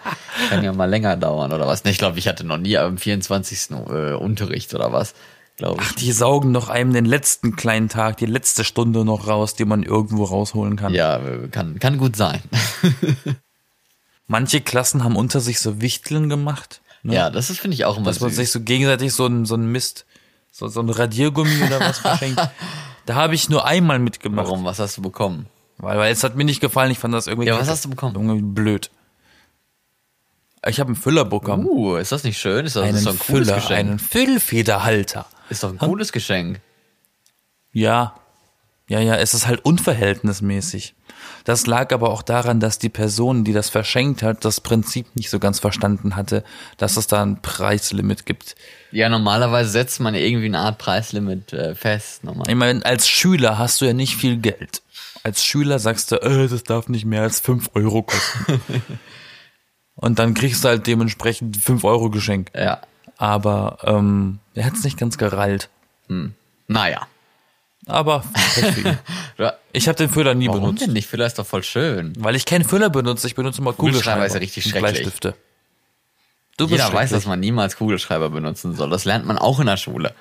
A: kann ja mal länger dauern oder was. Ne, ich glaube, ich hatte noch nie am 24. Äh, Unterricht oder was, glaube ich.
B: [LAUGHS] die saugen noch einem den letzten kleinen Tag, die letzte Stunde noch raus, die man irgendwo rausholen kann.
A: Ja, äh, kann, kann gut sein.
B: Manche Klassen haben unter sich so Wichteln gemacht, ne?
A: Ja, das ist, finde ich, auch immer
B: dass man
A: süß.
B: sich so gegenseitig so einen so einen Mist, so, so ein Radiergummi oder was
A: [LAUGHS]
B: verschenkt. Da habe ich nur einmal mitgemacht,
A: Warum? Was hast du bekommen?
B: weil, weil es hat mir nicht gefallen, ich fand das irgendwie
A: Ja, was
B: kacke.
A: hast du bekommen?
B: Irgendwie blöd. Ich habe einen Füller bekommen.
A: Uh, ist das nicht schön? Ist das,
B: einen
A: ist doch ein cooles
B: Füller,
A: Geschenk.
B: einen Füllfederhalter.
A: Ist doch ein cooles Geschenk.
B: Ja, Ja, ja, es ist halt unverhältnismäßig. Das lag aber auch daran, dass die Person, die das verschenkt hat, das Prinzip nicht so ganz verstanden hatte, dass es da ein Preislimit gibt.
A: Ja, normalerweise setzt man irgendwie eine Art Preislimit äh, fest. Normal.
B: Ich meine, als Schüler hast du ja nicht viel Geld. Als Schüler sagst du, äh, das darf nicht mehr als 5 Euro kosten. Und dann kriegst du halt dementsprechend 5 Euro Geschenk.
A: Ja.
B: Aber ähm, er hat es nicht ganz gerallt.
A: Naja.
B: Aber Pech für ihn.
A: Oder-
B: ich habe den Füller nie
A: Warum
B: benutzt.
A: denn nicht? Füller ist doch voll schön.
B: Weil ich keinen Füller benutze, ich benutze immer Kugelschreiber.
A: Kugelschreiber ist ja richtig
B: und
A: schrecklich.
B: Bleistifte. Du bist
A: Jeder weiß, dass
B: schrecklich.
A: man niemals Kugelschreiber benutzen soll. Das lernt man auch in der Schule.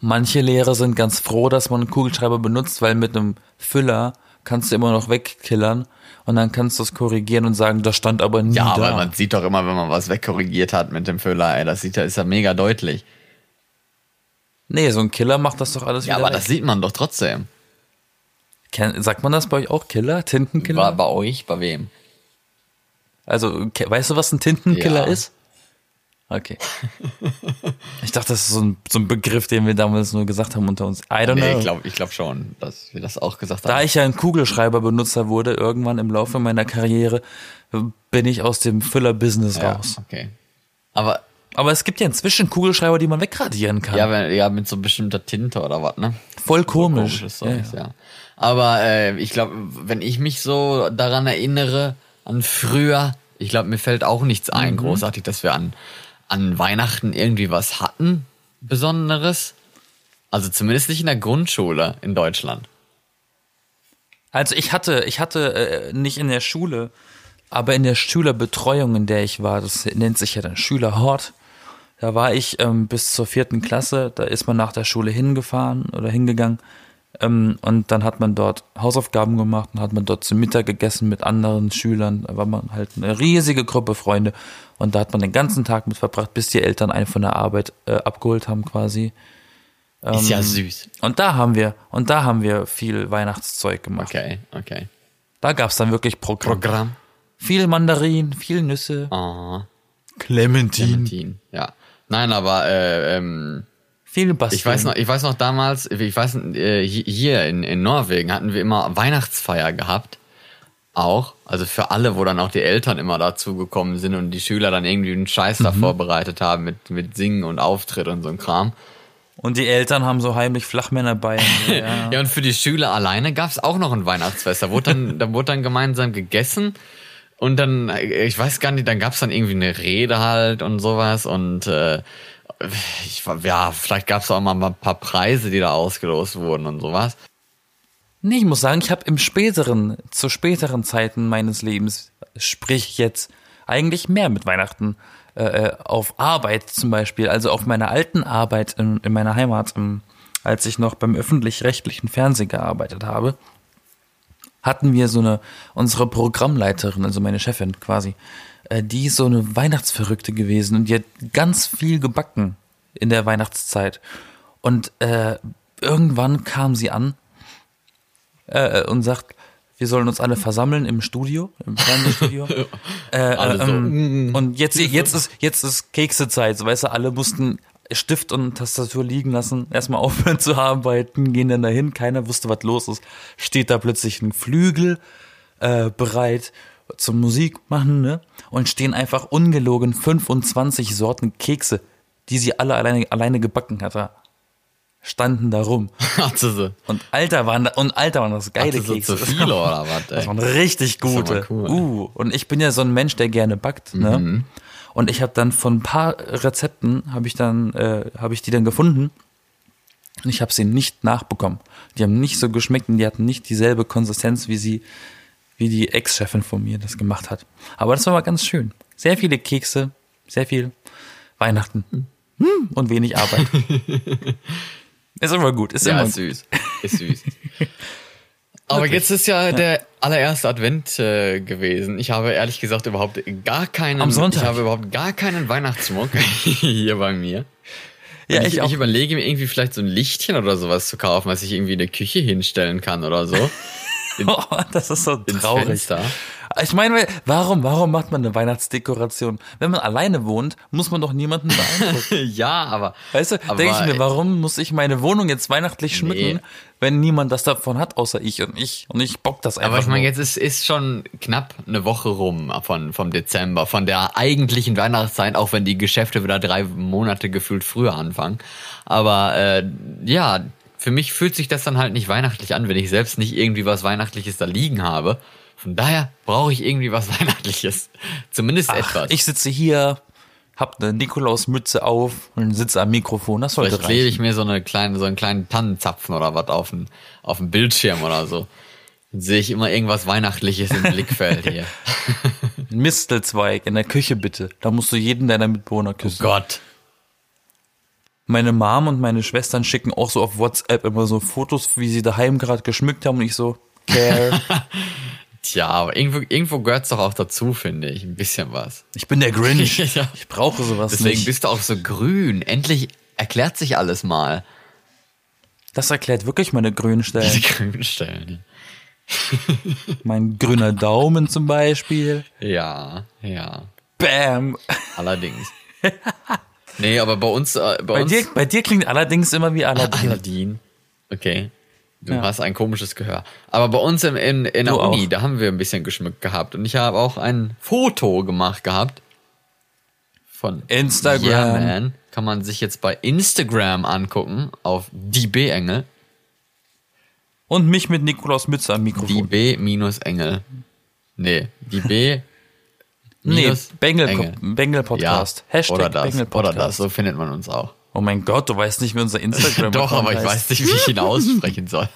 B: Manche Lehrer sind ganz froh, dass man einen Kugelschreiber benutzt, weil mit einem Füller kannst du immer noch wegkillern und dann kannst du es korrigieren und sagen, das stand aber nie
A: Ja,
B: da.
A: aber man sieht doch immer, wenn man was wegkorrigiert hat mit dem Füller, ey, das sieht, ja- ist ja mega deutlich.
B: nee, so ein Killer macht das doch alles
A: Ja,
B: wieder
A: aber
B: weg.
A: das sieht man doch trotzdem.
B: Ken- Sagt man das bei euch auch? Killer?
A: Bei,
B: Tintenkiller?
A: bei euch, bei wem?
B: Also, ke- weißt du, was ein Tintenkiller
A: Ja.
B: ist?
A: [LAUGHS]
B: Okay. ich dachte, das ist so ein, so ein Begriff, den wir damals nur gesagt haben unter uns. I don't
A: Nee,
B: know.
A: ich glaube ich glaub schon, dass wir das auch gesagt
B: Genau. Da
A: haben.
B: ich ja ein Kugelschreiber-Benutzer wurde, irgendwann im Laufe meiner Karriere, bin ich aus dem Füller-Business
A: ja,
B: raus.
A: okay. Aber
B: Aber es gibt ja inzwischen Kugelschreiber, die man wegradieren kann.
A: ja, wenn, ja, mit so bestimmter Tinte oder was, ne?
B: Voll komisch.
A: Komisches
B: ja, ja.
A: Zeugs, ja. Aber äh, ich glaube, wenn ich mich so daran erinnere, an früher, ich glaube, mir fällt auch nichts ein, großartig, dass wir an, an Weihnachten irgendwie was hatten, Besonderes. Also zumindest nicht in der Grundschule in Deutschland.
B: Also ich hatte, ich hatte äh, nicht in der Schule, aber in der Schülerbetreuung, in der ich war, das nennt sich ja dann Schülerhort. Da war ich ähm, bis zur vierten Klasse, da ist man nach der Schule hingefahren oder hingegangen ähm, und dann hat man dort Hausaufgaben gemacht und hat man dort zu Mittag gegessen mit anderen Schülern. Da war man halt eine riesige Gruppe Freunde und da hat man den ganzen Tag mit verbracht, bis die Eltern einen von der Arbeit äh, abgeholt haben quasi.
A: Ist ja süß.
B: Und da haben wir, und da haben wir viel Weihnachtszeug gemacht.
A: Okay, okay.
B: Da gab's dann wirklich Programm.
A: Programm.
B: Viel Mandarin, viel Nüsse.
A: Oh,
B: Clementine.
A: Valentin, ja. Nein, aber äh, ähm,
B: Viel Basteln.
A: Ich weiß noch, ich weiß noch damals, ich weiß äh, hi- hier in, in Norwegen hatten wir immer Weihnachtsfeier gehabt. Auch, also für alle, wo dann auch die Eltern immer dazu gekommen sind und die Schüler dann irgendwie einen Scheiß da vorbereitet haben mit, mit Singen und Auftritt und so ein Kram.
B: Und die Eltern haben so heimlich
A: [LAUGHS]
B: Flachmänner bei. ja.
A: Ja, und für die Schüler alleine gab es auch noch ein Weihnachtsfest. Da wurde dann, da wurde dann gemeinsam gegessen und dann, äh, ich weiß gar nicht, dann gab es dann irgendwie eine Rede halt und sowas und äh, ich, war- ja, vielleicht gab es auch mal ein paar Preise, die da ausgelost wurden und sowas.
B: Nee, ich muss sagen, ich habe im späteren, zu späteren Zeiten meines Lebens, sprich jetzt, eigentlich mehr mit Weihnachten äh, äh, auf Arbeit zum Beispiel, also auf meiner alten Arbeit in, in meiner Heimat, ähm, als ich noch beim öffentlich-rechtlichen Fernsehen gearbeitet habe, hatten wir so eine, unsere Programmleiterin, also meine Chefin quasi, äh, die ist so eine Weihnachtsverrückte gewesen und die hat ganz viel gebacken in der Weihnachtszeit. Und äh, irgendwann kam sie an äh, und sagt, wir sollen uns alle versammeln im Studio, im Fernsehstudio. äh, äh,
A: so,
B: ähm, und jetzt, jetzt ist, jetzt ist Keksezeit, so, weißt du, alle mussten Stift und Tastatur liegen lassen, erstmal [LAUGHS] aufhören zu arbeiten, gehen dann dahin, keiner wusste, was los ist, steht da plötzlich ein Flügel äh, bereit zum Musik machen, ne? Und stehen einfach ungelogen 25 Sorten Kekse, die sie alle alleine, alleine gebacken hatte, standen da rum.
A: [LAUGHS] Hatte sie,
B: Und Alter waren da, und Alter waren das geile
A: hatte sie
B: Kekse.
A: zu viele oder was?
B: [LAUGHS] Das
A: Ey?
B: waren richtig
A: aber
B: gute.
A: cool. Mhm.
B: Uh, und ich bin ja so ein Mensch, der gerne backt, ne? Und ich habe dann von ein paar Rezepten habe ich dann äh, habe ich die dann gefunden und ich habe sie nicht nachbekommen. Die haben nicht so geschmeckt und die hatten nicht dieselbe Konsistenz wie sie wie die Ex-Chefin von mir das gemacht hat. Aber das war mal ganz schön. Sehr viele Kekse, sehr viel Weihnachten Hm, und
A: [LAUGHS]
B: wenig Arbeit. ist immer gut, ist
A: Ja,
B: immer
A: ist
B: gut.
A: süß. Ist süß.
B: [LAUGHS]
A: Aber jetzt ist ja, der allererste Advent äh, gewesen. Ich habe ehrlich gesagt überhaupt gar keinen.
B: Am Sonntag.
A: Ich habe überhaupt gar keinen Weihnachtsschmuck [LAUGHS] hier bei mir.
B: Ja,
A: ich,
B: ich auch.
A: ich überlege mir irgendwie vielleicht so ein Lichtchen oder sowas zu kaufen, was ich irgendwie in der Küche hinstellen kann oder so.
B: [LAUGHS] Oh, das ist so
A: Ins
B: traurig.
A: Fenster. [LAUGHS]
B: Ich meine, warum, warum macht man eine Weihnachtsdekoration? Wenn man alleine wohnt, muss man doch niemanden
A: [LAUGHS]
B: beeindrucken.
A: ja, aber.
B: Weißt du,
A: aber-
B: denke ich mir, warum muss ich meine Wohnung jetzt weihnachtlich schmücken,
A: Nee.
B: wenn niemand das davon hat, außer ich und ich? Und ich bock das einfach.
A: Aber ich meine,
B: nur.
A: jetzt ist, ist schon knapp eine Woche rum von, vom Dezember, von der eigentlichen Weihnachtszeit, auch wenn die Geschäfte wieder drei Monate gefühlt früher anfangen. Aber äh, ja, für mich fühlt sich das dann halt nicht weihnachtlich an, wenn ich selbst nicht irgendwie was Weihnachtliches da liegen habe. Von daher brauche ich irgendwie was [LAUGHS] Weihnachtliches. Zumindest
B: Ach,
A: etwas.
B: ich sitze hier, hab eine Nikolausmütze auf und sitze am Mikrofon. Das sollte
A: Vielleicht lege
B: reichen.
A: ich mir so, eine kleine, so einen kleinen Tannenzapfen oder was auf den, auf den Bildschirm oder so. Dann sehe ich immer irgendwas Weihnachtliches im Blickfeld
B: [LAUGHS]
A: hier.
B: Ein Mistelzweig in der Küche bitte. Da musst du jeden deiner Mitbewohner küssen.
A: Gott.
B: meine Mom und meine Schwestern schicken auch so auf WhatsApp immer so Fotos, wie sie daheim gerade geschmückt haben und ich so,
A: [LAUGHS]
B: care.
A: Tja, aber irgendwo, irgendwo gehört's doch auch dazu, finde ich. Ein bisschen was.
B: ich bin der Grinch.
A: [LAUGHS] Ja.
B: Ich brauche sowas
A: Deswegen
B: nicht.
A: bist du auch so grün. Endlich erklärt sich alles mal.
B: Das erklärt wirklich meine grünen
A: Die
B: Stellen.
A: grünen Stellen.
B: mein grüner Daumen zum Beispiel.
A: Ja, ja.
B: Bam.
A: Allerdings. [LAUGHS] nee, aber bei uns, äh, bei,
B: Bei
A: uns.
B: dir, bei dir klingt allerdings immer wie Aladdin.
A: [LAUGHS] Aladdin. Okay. Du
B: Ja.
A: hast ein komisches Gehör. Aber bei uns im, in, in der
B: Du
A: Uni,
B: auch.
A: da haben wir ein bisschen geschmückt gehabt. Und ich habe auch ein Foto gemacht gehabt. Von
B: Instagram.
A: Yeah, man. Kann man sich jetzt bei Instagram angucken. Auf die B-Engel.
B: Und mich mit Nikolaus Mütze am
A: Die
B: Mikrofon.
A: B minus Engel. Nee, die B.
B: [LAUGHS] nee,
A: minus
B: Bengel,
A: Engel.
B: Bengel
A: Ja,
B: Podcast. Hashtag
A: oder das,
B: Bengel
A: oder
B: Podcast.
A: das, so findet man uns auch.
B: Oh mein Gott, du weißt nicht, wie unser Instagram
A: [LAUGHS] Doch, aber ich weiß nicht, wie ich
B: [LAUGHS]
A: ihn aussprechen soll.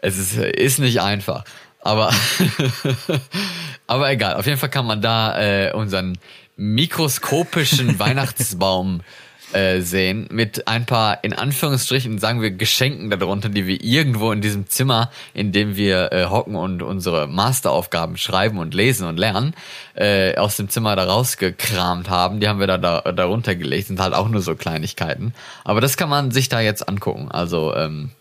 A: es ist, ist nicht einfach. Aber, [LAUGHS] aber egal, auf jeden Fall kann man da äh, unseren mikroskopischen Weihnachtsbaum äh, sehen mit ein paar, in Anführungsstrichen, sagen wir, Geschenken darunter, die wir irgendwo in diesem Zimmer, in dem wir äh, hocken und unsere Masteraufgaben schreiben und lesen und lernen, äh, aus dem Zimmer da rausgekramt haben. Die haben wir da, da darunter gelegt, sind halt auch nur so Kleinigkeiten. Aber das kann man sich da jetzt angucken. Also, ähm,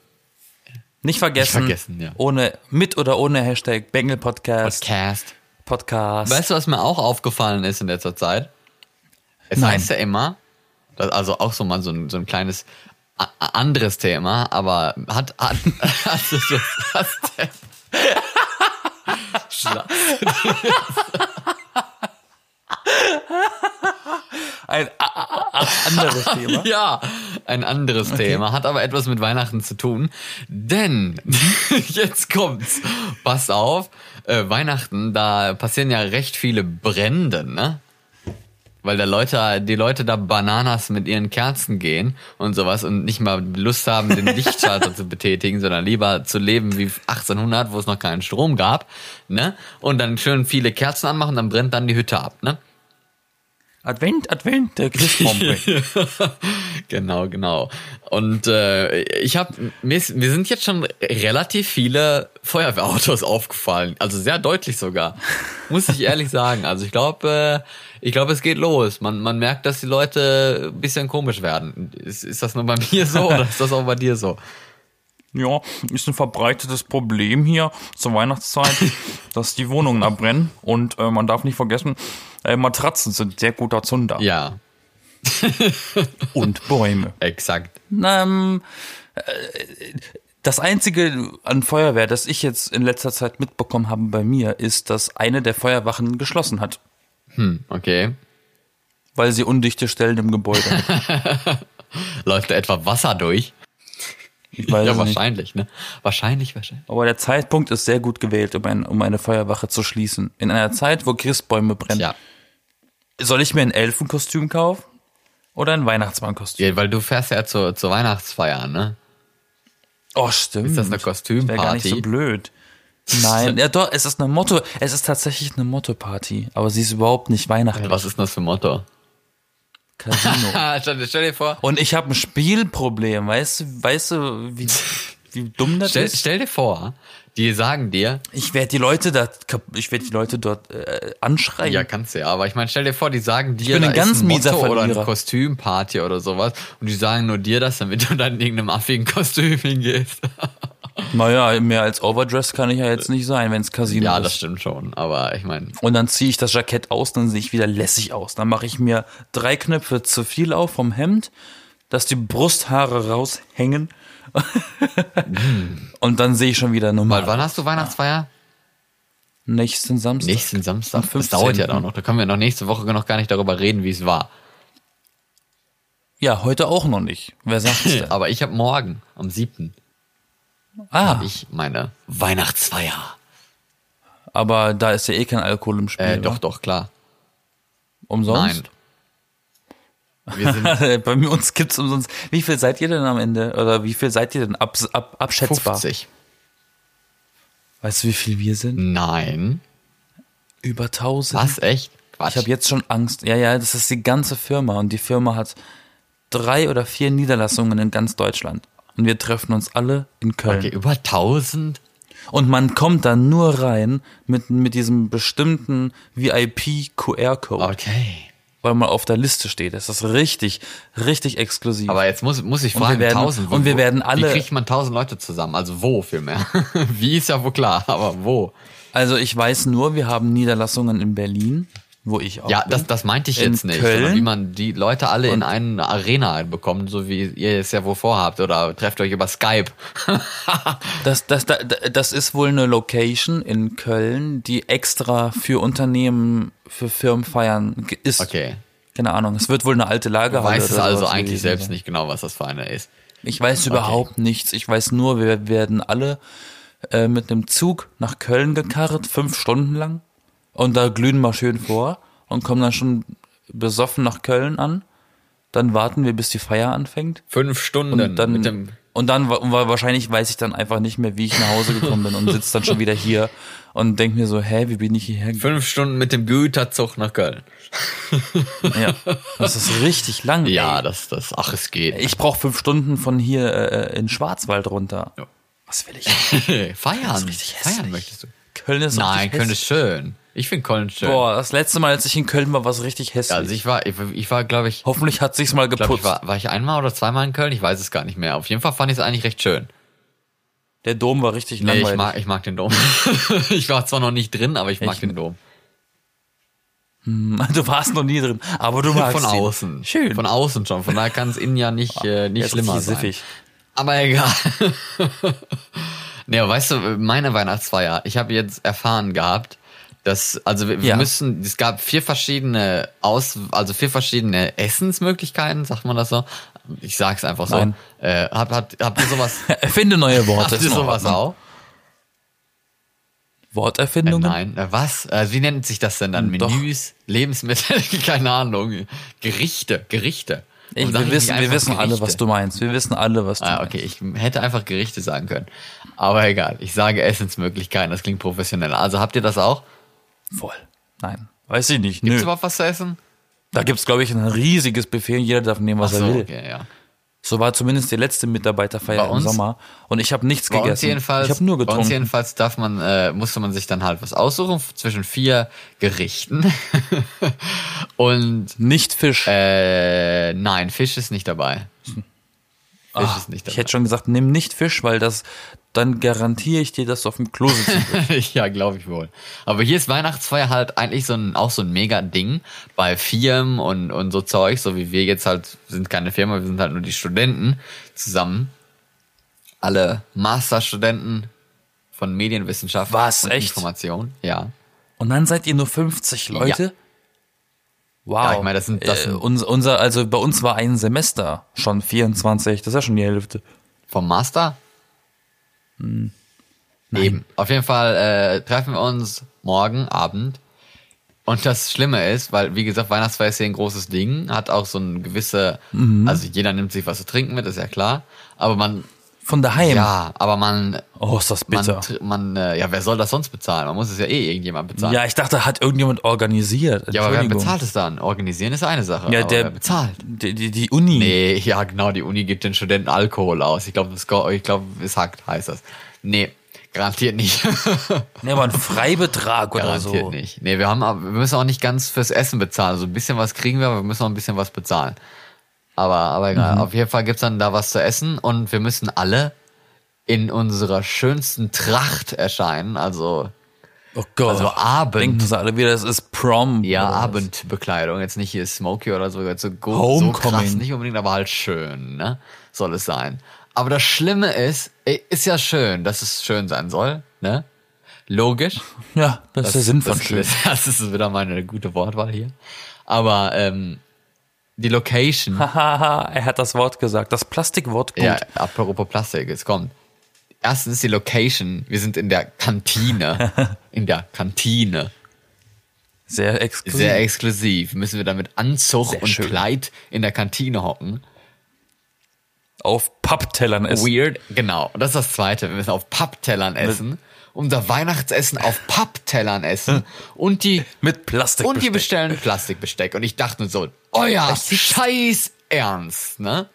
B: Nicht vergessen.
A: Nicht vergessen, ja.
B: Ohne, mit oder ohne Hashtag Bengel Podcast.
A: Cast.
B: Podcast.
A: Weißt du, was mir auch aufgefallen ist in letzter Zeit? Es
B: Nein.
A: heißt ja immer, das- also auch so mal so ein, so ein kleines a- a- anderes Thema, aber hat. hat [LAUGHS] hast du das, was denn? [LAUGHS] Schla-
B: Ein a- a- a- [LAUGHS] anderes Thema.
A: [LAUGHS] ja, ein anderes Thema, hat aber etwas mit Weihnachten zu tun, denn [LAUGHS] jetzt kommt's. Pass auf, äh, Weihnachten, da passieren ja recht viele Brände, ne? Weil da Leute, die Leute da Bananas mit ihren Kerzen gehen und sowas und nicht mal Lust haben, den Lichtschalter zu betätigen, sondern lieber zu leben wie 1800, wo es noch keinen Strom gab, ne? Und dann schön viele Kerzen anmachen, dann brennt dann die Hütte ab, ne?
B: Advent, Advent, der Christbaum bringt.
A: genau, genau. Und äh, ich habe mir, ist- mir sind jetzt schon relativ viele Feuerwehrautos [LAUGHS] aufgefallen, also sehr deutlich sogar, muss ich ehrlich sagen. Also ich glaube, äh, ich glaube, es geht los. Man, man merkt, dass die Leute ein bisschen komisch werden. Ist, ist das nur bei mir so
B: [LAUGHS]
A: oder ist das auch bei dir so?
B: [LAUGHS] Ja, ist ein verbreitetes Problem hier zur [LAUGHS] Weihnachtszeit, dass die Wohnungen abbrennen. Und äh, man darf nicht vergessen, äh, Matratzen sind sehr guter Zunder.
A: Ja,
B: Und Bäume.
A: exakt.
B: Ähm, äh, das Einzige an Feuerwehr, das ich jetzt in letzter Zeit mitbekommen habe bei mir, ist, dass eine der Feuerwachen geschlossen hat,
A: Hm, okay.
B: weil sie undichte Stellen im Gebäude hat.
A: Läuft da etwa Wasser durch?
B: Ich weiß
A: ja,
B: es nicht.
A: wahrscheinlich, ne? Wahrscheinlich, wahrscheinlich.
B: Aber der Zeitpunkt ist sehr gut gewählt, um, ein, um eine Feuerwache zu schließen. In einer Zeit, wo Christbäume brennen.
A: Ja.
B: Soll ich mir ein Elfenkostüm kaufen? Oder ein Weihnachtsmannkostüm?
A: ja, weil du fährst ja zur, zur Weihnachtsfeier, ne?
B: Oh, stimmt.
A: Ist das eine
B: Wäre gar nicht
A: Kostümparty?
B: so blöd.
A: [LAUGHS]
B: Nein, ja doch, es ist eine Motto, es ist tatsächlich eine Motto-Party, aber sie ist überhaupt nicht Weihnachten.
A: Was ist denn das für ein Motto? [LAUGHS]
B: Casino.
A: Ah, stell, stell dir vor,
B: Und ich habe ein Spielproblem, weißt du, weißt du, wie, wie dumm das
A: stell,
B: ist?
A: stell dir vor, die sagen dir,
B: Ich werde die Leute da, kap- ich werde die Leute dort äh, anschreien.
A: ja, kannst du ja, aber ich meine, stell dir vor, die sagen dir,
B: bin ein
A: da
B: ganz
A: ist ein
B: mieser
A: Motto oder eine
B: Verlierer.
A: Kostümparty oder sowas und die sagen nur dir das, damit du dann in irgendeinem affigen Kostüm hingehst.
B: Naja, mehr als overdressed kann ich ja jetzt nicht sein, wenn es Casino
A: Ja,
B: ist.
A: das stimmt schon, aber ich meine,
B: Und dann ziehe ich das Jackett aus, dann sehe ich wieder lässig aus. Dann mache ich mir drei Knöpfe zu viel auf vom Hemd, dass die Brusthaare raushängen.
A: Mm.
B: [LAUGHS] Und dann sehe ich schon wieder
A: weil
B: normal.
A: wann hast du Weihnachtsfeier?
B: Nächsten Samstag.
A: Nächsten Samstag?
B: Am
A: Das dauert ja
B: 15..
A: dann noch. Da können wir noch nächste Woche noch gar nicht darüber reden, wie es war.
B: Ja, heute auch noch nicht. Wer sagt es
A: [LAUGHS]
B: denn?
A: Aber ich habe morgen, am 7.
B: ah,
A: ich meine Weihnachtsfeier.
B: aber da ist ja eh kein Alkohol im Spiel.
A: Äh,
B: wa?
A: doch, doch, klar.
B: Umsonst?
A: Nein. Wir
B: [LAUGHS]
A: sind
B: Bei mir uns gibt's umsonst. Wie viel seid ihr denn am Ende? Oder wie viel seid ihr denn abs- ab, abschätzbar?
A: 50.
B: Weißt du, wie viel wir sind?
A: Nein.
B: Über 1000.
A: Was? Echt? Quatsch.
B: Ich habe jetzt schon Angst. Ja, ja, das ist die ganze Firma und die Firma hat drei oder vier Niederlassungen in ganz Deutschland. Und wir treffen uns alle in Köln.
A: okay, über 1000?
B: Und man kommt dann nur rein mit, mit diesem bestimmten
A: Ah.
B: VIP-QR-Code,
A: Okay.
B: weil man auf der Liste steht. Das ist richtig, richtig exklusiv.
A: Aber jetzt muss, muss ich
B: wir
A: fragen,
B: werden-
A: 1000.
B: und wir werden alle-
A: Wie kriegt man 1000 Leute zusammen? Also wo vielmehr? [LAUGHS] wie ist ja wohl klar, aber wo?
B: also ich weiß nur, wir haben Niederlassungen in Berlin, wo ich auch
A: Ja,
B: bin.
A: das, das meinte ich
B: In
A: jetzt nicht.
B: Köln?
A: sondern Wie man die Leute alle in eine Arena bekommt, so wie ihr es ja wohl vorhabt. Oder trefft euch über Skype.
B: Das, das, das, das ist wohl eine Location in Köln, die extra für Unternehmen, für Firmenfeiern ge- ist.
A: Okay.
B: Keine Ahnung. Es wird wohl eine alte Lagerhalle.
A: Weiß es
B: oder
A: also
B: sowas
A: eigentlich
B: gewesen
A: selbst
B: sein.
A: nicht genau, was das für eine ist.
B: Ich weiß überhaupt nichts. Ich weiß nur, wir werden alle äh, mit einem Zug nach Köln gekarrt, fünf Stunden lang. Und da glühen wir schön vor und kommen dann schon besoffen nach Köln an. Dann warten wir, bis die Feier anfängt.
A: Fünf Stunden
B: Und dann,
A: Äh, mit dem
B: und dann wa- wa- wahrscheinlich weiß ich dann einfach nicht mehr, wie ich nach Hause gekommen bin und sitze dann schon wieder hier und denke mir so, hä, wie bin ich hierher gekommen?
A: fünf Stunden mit dem Güterzug nach Köln.
B: Ja, das ist richtig lang. ey.
A: Ja, das, das, ach, es geht.
B: Ich brauche fünf Stunden von hier äh, in Schwarzwald runter.
A: Ja.
B: Was will ich?
A: [LAUGHS] feiern.
B: richtig hässlich.
A: feiern möchtest du?
B: Köln ist
A: Nein,
B: richtig
A: Köln
B: hässlich.
A: ist schön. Ich finde Köln schön.
B: Boah, das letzte Mal, als ich in Köln war, war es richtig hässlich.
A: Also ich war, ich, ich war, glaube ich,
B: Hoffentlich hat sich's mal
A: glaub
B: geputzt.
A: ich war, war ich einmal oder zweimal in Köln? Ich weiß es gar nicht mehr. Auf jeden Fall fand ich es eigentlich recht schön.
B: Der Dom war richtig
A: Nee, ich
B: langweilig.
A: mag, ich mag den Dom. [LAUGHS] ich war zwar noch nicht drin, aber ich mag den Dom.
B: [LAUGHS] Du warst noch nie drin, aber du magst
A: Von
B: ihn.
A: außen.
B: Schön.
A: Von außen schon. Von daher kann es innen ja nicht, äh, nicht
B: Jetzt
A: schlimmer
B: richtig
A: sein.
B: siffig. [LAUGHS]
A: Aber egal. [LAUGHS] nee, aber weißt du, meine Weihnachtsfeier, ich habe jetzt erfahren gehabt, dass, also wir, wir
B: Ja.
A: müssen, es gab vier verschiedene Aus, also vier verschiedene Essensmöglichkeiten, sagt man das so? Ich sag's einfach so.
B: Nein.
A: Äh, habt, habt, habt ihr sowas,
B: [LAUGHS] Erfinde neue Worte.
A: habt ihr
B: Ist in
A: sowas
B: Ordnung.
A: auch? Äh,
B: Worterfindungen?
A: nein, äh, was? Äh, wie nennt sich das denn dann?
B: Hm, Doch.
A: Menüs, Lebensmittel, [LAUGHS] keine Ahnung. Gerichte, Gerichte.
B: Ich,
A: Warum sag
B: wir
A: ich
B: wissen,
A: nicht
B: wir
A: einfach
B: wissen alle,
A: Gerichte?
B: was du meinst. Wir wissen alle, was du
A: Ah,
B: meinst.
A: okay, ich hätte einfach Gerichte sagen können. Aber egal, ich sage Essensmöglichkeiten, das klingt professionell. Also habt ihr das auch?
B: Voll. Nein. Weiß ich nicht.
A: Gibt's
B: Nö.
A: überhaupt was zu essen?
B: Da gibt's, glaube ich, ein riesiges Buffet und jeder darf nehmen, was
A: So,
B: er will.
A: okay, ja.
B: So war zumindest die letzte Mitarbeiterfeier
A: Bei
B: im
A: uns-
B: Sommer. Und ich habe nichts
A: Bei uns
B: gegessen.
A: jedenfalls,
B: ich habe nur
A: Bei uns
B: getrunken.
A: jedenfalls darf man, äh, musste man sich dann halt was aussuchen f- zwischen vier Gerichten. [LAUGHS] Und
B: Nicht Fisch.
A: äh, nein, Fisch ist nicht dabei. Fisch
B: Ah,
A: ist nicht
B: ich
A: dabei.
B: hätte schon gesagt, nimm nicht Fisch, weil das dann garantiere ich dir, dass du auf dem Klo
A: [LAUGHS]
B: sitzt.
A: ja, glaube ich wohl. Aber hier ist Weihnachtsfeier halt eigentlich so ein, auch so ein mega Ding bei Firmen und, und so Zeug, so wie wir jetzt halt sind keine Firma, wir sind halt nur die Studenten zusammen. Alle Masterstudenten von Medienwissenschaften
B: Was,
A: und
B: echt?
A: Information, ja.
B: Und dann seid ihr nur 50 Leute?
A: Ja.
B: Wow.
A: Ja, ich meine, das sind- das
B: äh,
A: sind-
B: unser, unser, also bei uns war ein Semester schon 24, das ist ja schon die Hälfte.
A: Vom Master?
B: Hm.
A: Eben. Auf jeden Fall äh, treffen wir uns morgen Abend. Und das Schlimme ist, weil, wie gesagt, Weihnachtsfeier ist hier ein großes Ding, hat auch so ein gewisse,
B: Mhm.
A: also jeder nimmt sich was zu trinken mit, ist ja klar. Aber man,
B: Von daheim.
A: ja, aber man,
B: Oh, ist das
A: man,
B: bitter.
A: tr- man, äh, ja, wer soll das sonst bezahlen? Man muss es ja eh irgendjemand bezahlen. Ja,
B: Ja, ich dachte, hat irgendjemand organisiert.
A: aber wer
B: Entschuldigung.
A: bezahlt es dann? Organisieren ist eine Sache.
B: Ja,
A: aber
B: der
A: wer bezahlt.
B: Die, die, die Uni.
A: Nee, ja, genau, die Uni gibt den Studenten Alkohol aus. Ich glaube, ich glaub, es hackt, heißt das. Nee, garantiert nicht. [LAUGHS]
B: Nee, aber ein Freibetrag oder
A: garantiert
B: so.
A: nicht. Nee, wir haben aber- wir müssen auch nicht ganz fürs Essen bezahlen. So ein bisschen was kriegen wir, aber wir müssen auch ein bisschen was bezahlen. Aber, aber egal. Auf jeden Fall gibt's dann da was zu essen und wir müssen alle in unserer schönsten Tracht erscheinen. Also,
B: Oh Gott.
A: also Abend.
B: Denken sie alle wieder, es ist Prom. Oh.
A: ja,
B: oder was?
A: Abendbekleidung. Jetzt nicht hier Smokey oder so. Jetzt so, go, so
B: Homecoming.
A: krass nicht unbedingt, aber halt schön, ne? Soll es sein. Aber das Schlimme ist, ey, ist ja schön, dass es schön sein soll, ne? Logisch.
B: Ja, das, ist der Sinn von
A: das,
B: schön.
A: [LAUGHS] Das ist wieder meine gute Wortwahl hier. Aber ähm, die Location,
B: Hahaha, er hat das Wort gesagt. Das Plastikwort gut.
A: ja, apropos Plastik, es kommt. Erstens die Location, wir sind in der Kantine.
B: [LAUGHS]
A: in der Kantine.
B: Sehr exklusiv.
A: Sehr exklusiv. Müssen wir dann mit Anzug
B: Sehr
A: und
B: schön.
A: Kleid in der Kantine hocken.
B: Auf Papptellern ist.
A: Weird, genau. Und das ist das Zweite. Wir müssen auf Papptellern essen. um Unser Weihnachtsessen auf Papptellern
B: [LAUGHS]
A: essen. Und die
B: Mit Plastik.
A: Und die bestellen Plastikbesteck. Und ich dachte nur so, euer Scheiß Ernst, ne?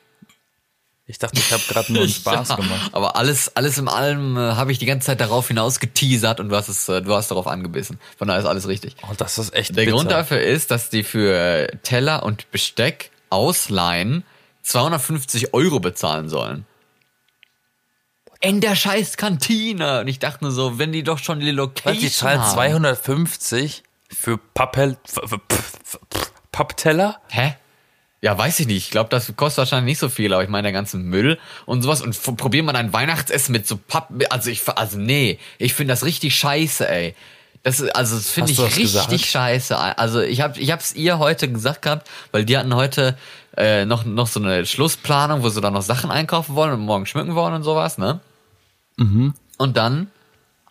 B: Ich dachte, ich habe gerade nur einen
A: [LAUGHS]
B: Spaß
A: Ja,
B: gemacht.
A: Aber alles, alles in allem äh, habe ich die ganze Zeit darauf hinaus geteasert und du hast es, äh, du hast darauf angebissen. Von daher ist alles richtig.
B: Oh, das ist echt
A: Der
B: bitter.
A: Grund dafür ist, dass die für äh, Teller und Besteck ausleihen 250 Euro bezahlen sollen. In der scheiß Kantine. Und ich dachte nur so, wenn die doch schon die Location
B: Was, die zahlen
A: haben.
B: 250 für Pappel, für, für, für, für Pappteller? [LAUGHS]
A: Hä? Ja, weiß ich nicht. Ich glaube, das kostet wahrscheinlich nicht so viel, aber ich meine, der ganze Müll und sowas. Und f- probiert man ein Weihnachtsessen mit so Papp. Also ich also nee, ich finde das richtig scheiße, ey. Das, ist- also das finde
B: Hast
A: ich
B: du das
A: richtig
B: gesagt?
A: scheiße. Also ich hab, ich hab's ihr heute gesagt gehabt, weil die hatten heute äh, noch, noch so eine Schlussplanung, wo sie dann noch Sachen einkaufen wollen und morgen schmücken wollen und sowas, ne?
B: Mhm.
A: Und dann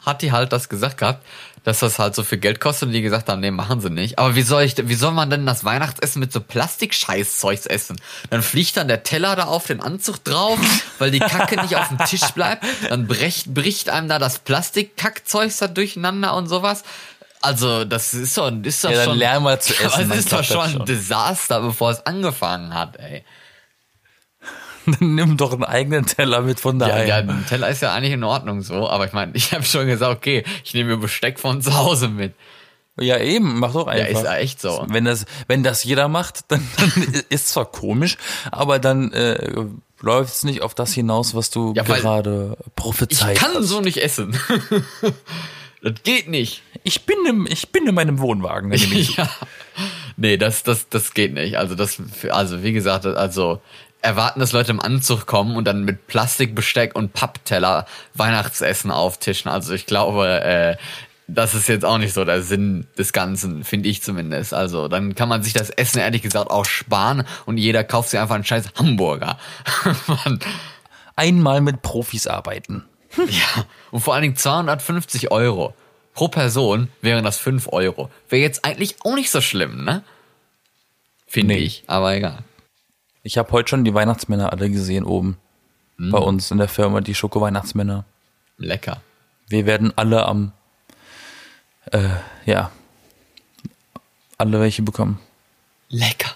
A: hat die halt das gesagt gehabt, dass das halt so viel Geld kostet und die gesagt haben, nee, machen sie nicht. Aber wie soll ich, wie soll man denn das Weihnachtsessen mit so Plastikscheißzeugs essen? Dann fliegt dann der Teller da auf den Anzug drauf, weil die Kacke nicht auf dem Tisch bleibt. Dann brecht, bricht einem da das Plastikkackzeugs da durcheinander und sowas. Also, das ist doch, ist doch
B: Ja, dann
A: schon,
B: lern mal zu
A: [LAUGHS]
B: essen,
A: Aber
B: dann
A: Das ist doch
B: klappt das
A: schon ein
B: schon.
A: Desaster, bevor es angefangen hat, ey.
B: Dann nimm doch einen eigenen Teller mit von
A: Ja,
B: daheim.
A: ja, ein Teller ist ja eigentlich in Ordnung so, aber ich meine, [LAUGHS] ich habe schon gesagt, okay, ich nehme mir Besteck von zu Hause mit.
B: Ja, eben, mach doch
A: Ja,
B: einfach.
A: ist ja echt so.
B: Wenn das, wenn das jeder macht, [LAUGHS] dann, dann ist zwar komisch, aber dann äh, läuft es nicht auf das hinaus, was du
A: Ja, weil
B: gerade
A: Ich
B: prophezeit
A: kann
B: hast.
A: so nicht essen. [LAUGHS] das geht nicht.
B: Ich bin im, ich bin in meinem Wohnwagen. in dem ich-
A: [LAUGHS] ja. Nee, das, das, das geht nicht. Also, das, also, wie gesagt, also, erwarten, dass Leute im Anzug kommen und dann mit Plastikbesteck und Pappteller Weihnachtsessen auftischen. Also, ich glaube, äh, das ist jetzt auch nicht so der Sinn des Ganzen, finde ich zumindest. Also, dann kann man sich das Essen ehrlich gesagt auch sparen und jeder kauft sich einfach einen scheiß Hamburger. [LAUGHS] Mann.
B: [LAUGHS] Einmal mit Profis arbeiten.
A: [LAUGHS] Ja, und vor allen Dingen 250 Euro. Pro Person wären das 5 Euro. Wäre jetzt eigentlich auch nicht so schlimm, ne? Finde
B: Nee.
A: ich, aber egal.
B: Ich habe heute schon die Weihnachtsmänner alle gesehen oben. Bei uns in der Firma, die Schoko-Weihnachtsmänner.
A: Lecker.
B: Wir werden alle am, äh, ja, alle welche bekommen.
A: Lecker.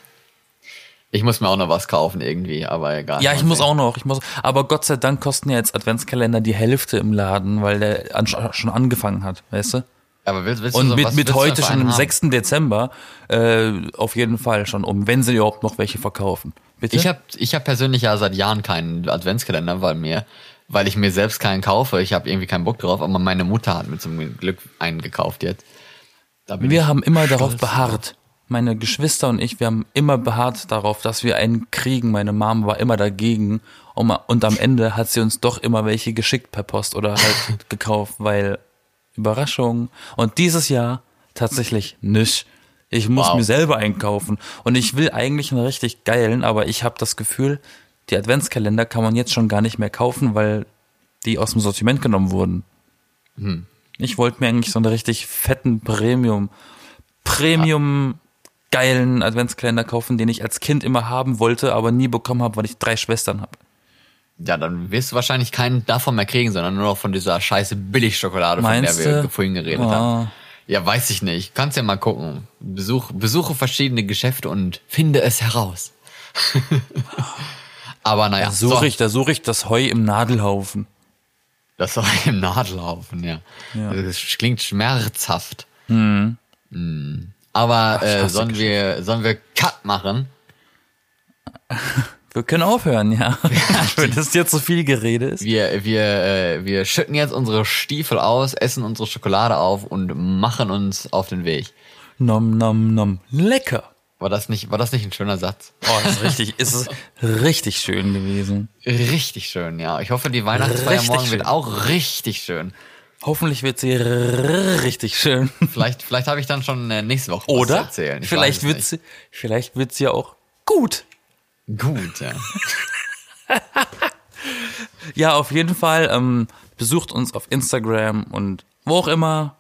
A: Ich muss mir auch noch was kaufen irgendwie, aber egal.
B: Ja, ich
A: Mal
B: muss
A: sehen.
B: auch noch. Ich muss, aber Gott sei Dank kosten ja jetzt Adventskalender die Hälfte im Laden, weil der an, schon angefangen hat, weißt du?
A: Aber willst, willst du
B: Und
A: so,
B: mit,
A: was
B: mit
A: willst du
B: heute
A: für
B: schon
A: einen
B: am
A: haben?
B: 6. Dezember äh, auf jeden Fall schon um, wenn sie überhaupt noch welche verkaufen. Bitte?
A: Ich habe ich hab persönlich ja seit Jahren keinen Adventskalender, weil mir, weil ich mir selbst keinen kaufe. Ich habe irgendwie keinen Bock drauf, aber meine Mutter hat mir zum Glück einen gekauft jetzt. Da bin
B: wir haben immer darauf beharrt. Meine Geschwister und ich, wir haben immer beharrt darauf, dass wir einen kriegen. Meine Mom war immer dagegen. Und ma- und am Ende hat sie uns doch immer welche geschickt per Post oder halt gekauft, weil Überraschung. Und dieses Jahr tatsächlich nicht. Ich muss
A: Wow.
B: mir selber einkaufen. Und ich will eigentlich einen richtig geilen, aber ich habe das Gefühl, die Adventskalender kann man jetzt schon gar nicht mehr kaufen, weil die aus dem Sortiment genommen wurden. Hm. Ich wollte mir eigentlich so einen richtig fetten Premium, Premium geilen Adventskalender kaufen, den ich als Kind immer haben wollte, aber nie bekommen habe, weil ich drei Schwestern habe.
A: Ja, dann wirst du wahrscheinlich keinen davon mehr kriegen, sondern nur noch von dieser scheiße Billigschokolade, von der
B: Meinst
A: wir
B: du?
A: vorhin geredet
B: Ah.
A: haben. Ja, weiß ich nicht. Kannst ja mal gucken. Besuch, besuche verschiedene Geschäfte und finde es heraus. [LAUGHS] Aber naja,
B: Da suche
A: so,
B: ich, da suche ich das Heu im Nadelhaufen.
A: das war [LAUGHS] im Nadelhaufen, ja. Das klingt schmerzhaft. Mhm. Aber
B: ich
A: äh,
B: hasse
A: sollen, wir, sollen wir Cut machen?
B: Wir können aufhören, [LAUGHS] ja. Wenn das jetzt zu viel Gerede ist.
A: Wir, wir, äh, wir schütten jetzt unsere Stiefel aus, essen unsere Schokolade auf und machen uns auf den Weg.
B: Nom, nom, nom. Lecker.
A: War das nicht, war das nicht ein schöner Satz?
B: Oh, das ist richtig, ist es richtig schön gewesen.
A: Richtig schön, ja. Ich hoffe, die Weihnachtsfeier
B: Richtig
A: morgen
B: schön.
A: wird auch richtig schön.
B: Hoffentlich wird sie r- richtig schön.
A: Vielleicht, vielleicht habe ich dann schon äh, nächste Woche was zu
B: Oder?
A: erzählen. Ich
B: vielleicht
A: weiß es
B: wird sie, vielleicht wird sie ja auch gut.
A: nicht. Gut, ja.
B: Ja, auf jeden Fall. Ähm, besucht uns auf Instagram und wo auch immer.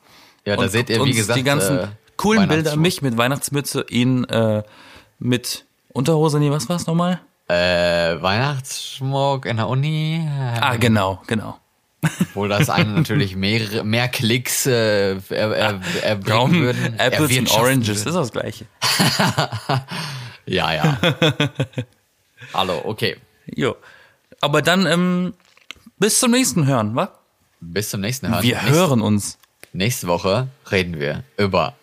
A: Ja, da
B: und
A: seht ihr,
B: guckt
A: wie
B: uns
A: gesagt,
B: die ganzen
A: äh,
B: coolen Bilder.
A: Weihnachtsschmuck.
B: Mich mit Weihnachtsmütze, ihn äh, mit Unterhose. Nee, was war's nochmal?
A: Äh, Weihnachtsschmuck in der Uni. äh,
B: Ah, genau, genau.
A: Obwohl das
B: [LAUGHS]
A: einem natürlich mehrere, mehr Klicks äh, er, er, erbringen
B: Braun,
A: würden.
B: Apples und
A: erwirtschaften
B: Oranges,
A: würden.
B: ist das gleiche.
A: Ja,
B: [LAUGHS]
A: ja. Hallo, okay.
B: Jo. Aber dann ähm, bis zum nächsten Hören, wa?
A: Bis zum nächsten Hören.
B: Wir
A: Nächste-
B: hören uns.
A: Nächste Woche reden wir über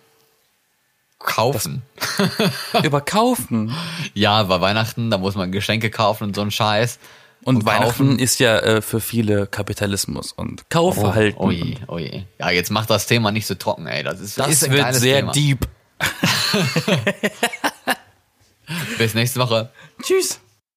A: Kaufen.
B: Überkaufen.
A: Ja, war Weihnachten, da muss man Geschenke kaufen und so ein Scheiß.
B: Und, Weihnachten
A: kaufen.
B: ist ja äh, für viele Kapitalismus und Kaufverhalten.
A: Oh je, oh je. Ja, jetzt macht das Thema nicht so trocken, ey. Das ist,
B: das
A: ist ein
B: wird
A: geiles
B: sehr
A: Thema.
B: deep.
A: Bis nächste Woche.
B: Tschüss.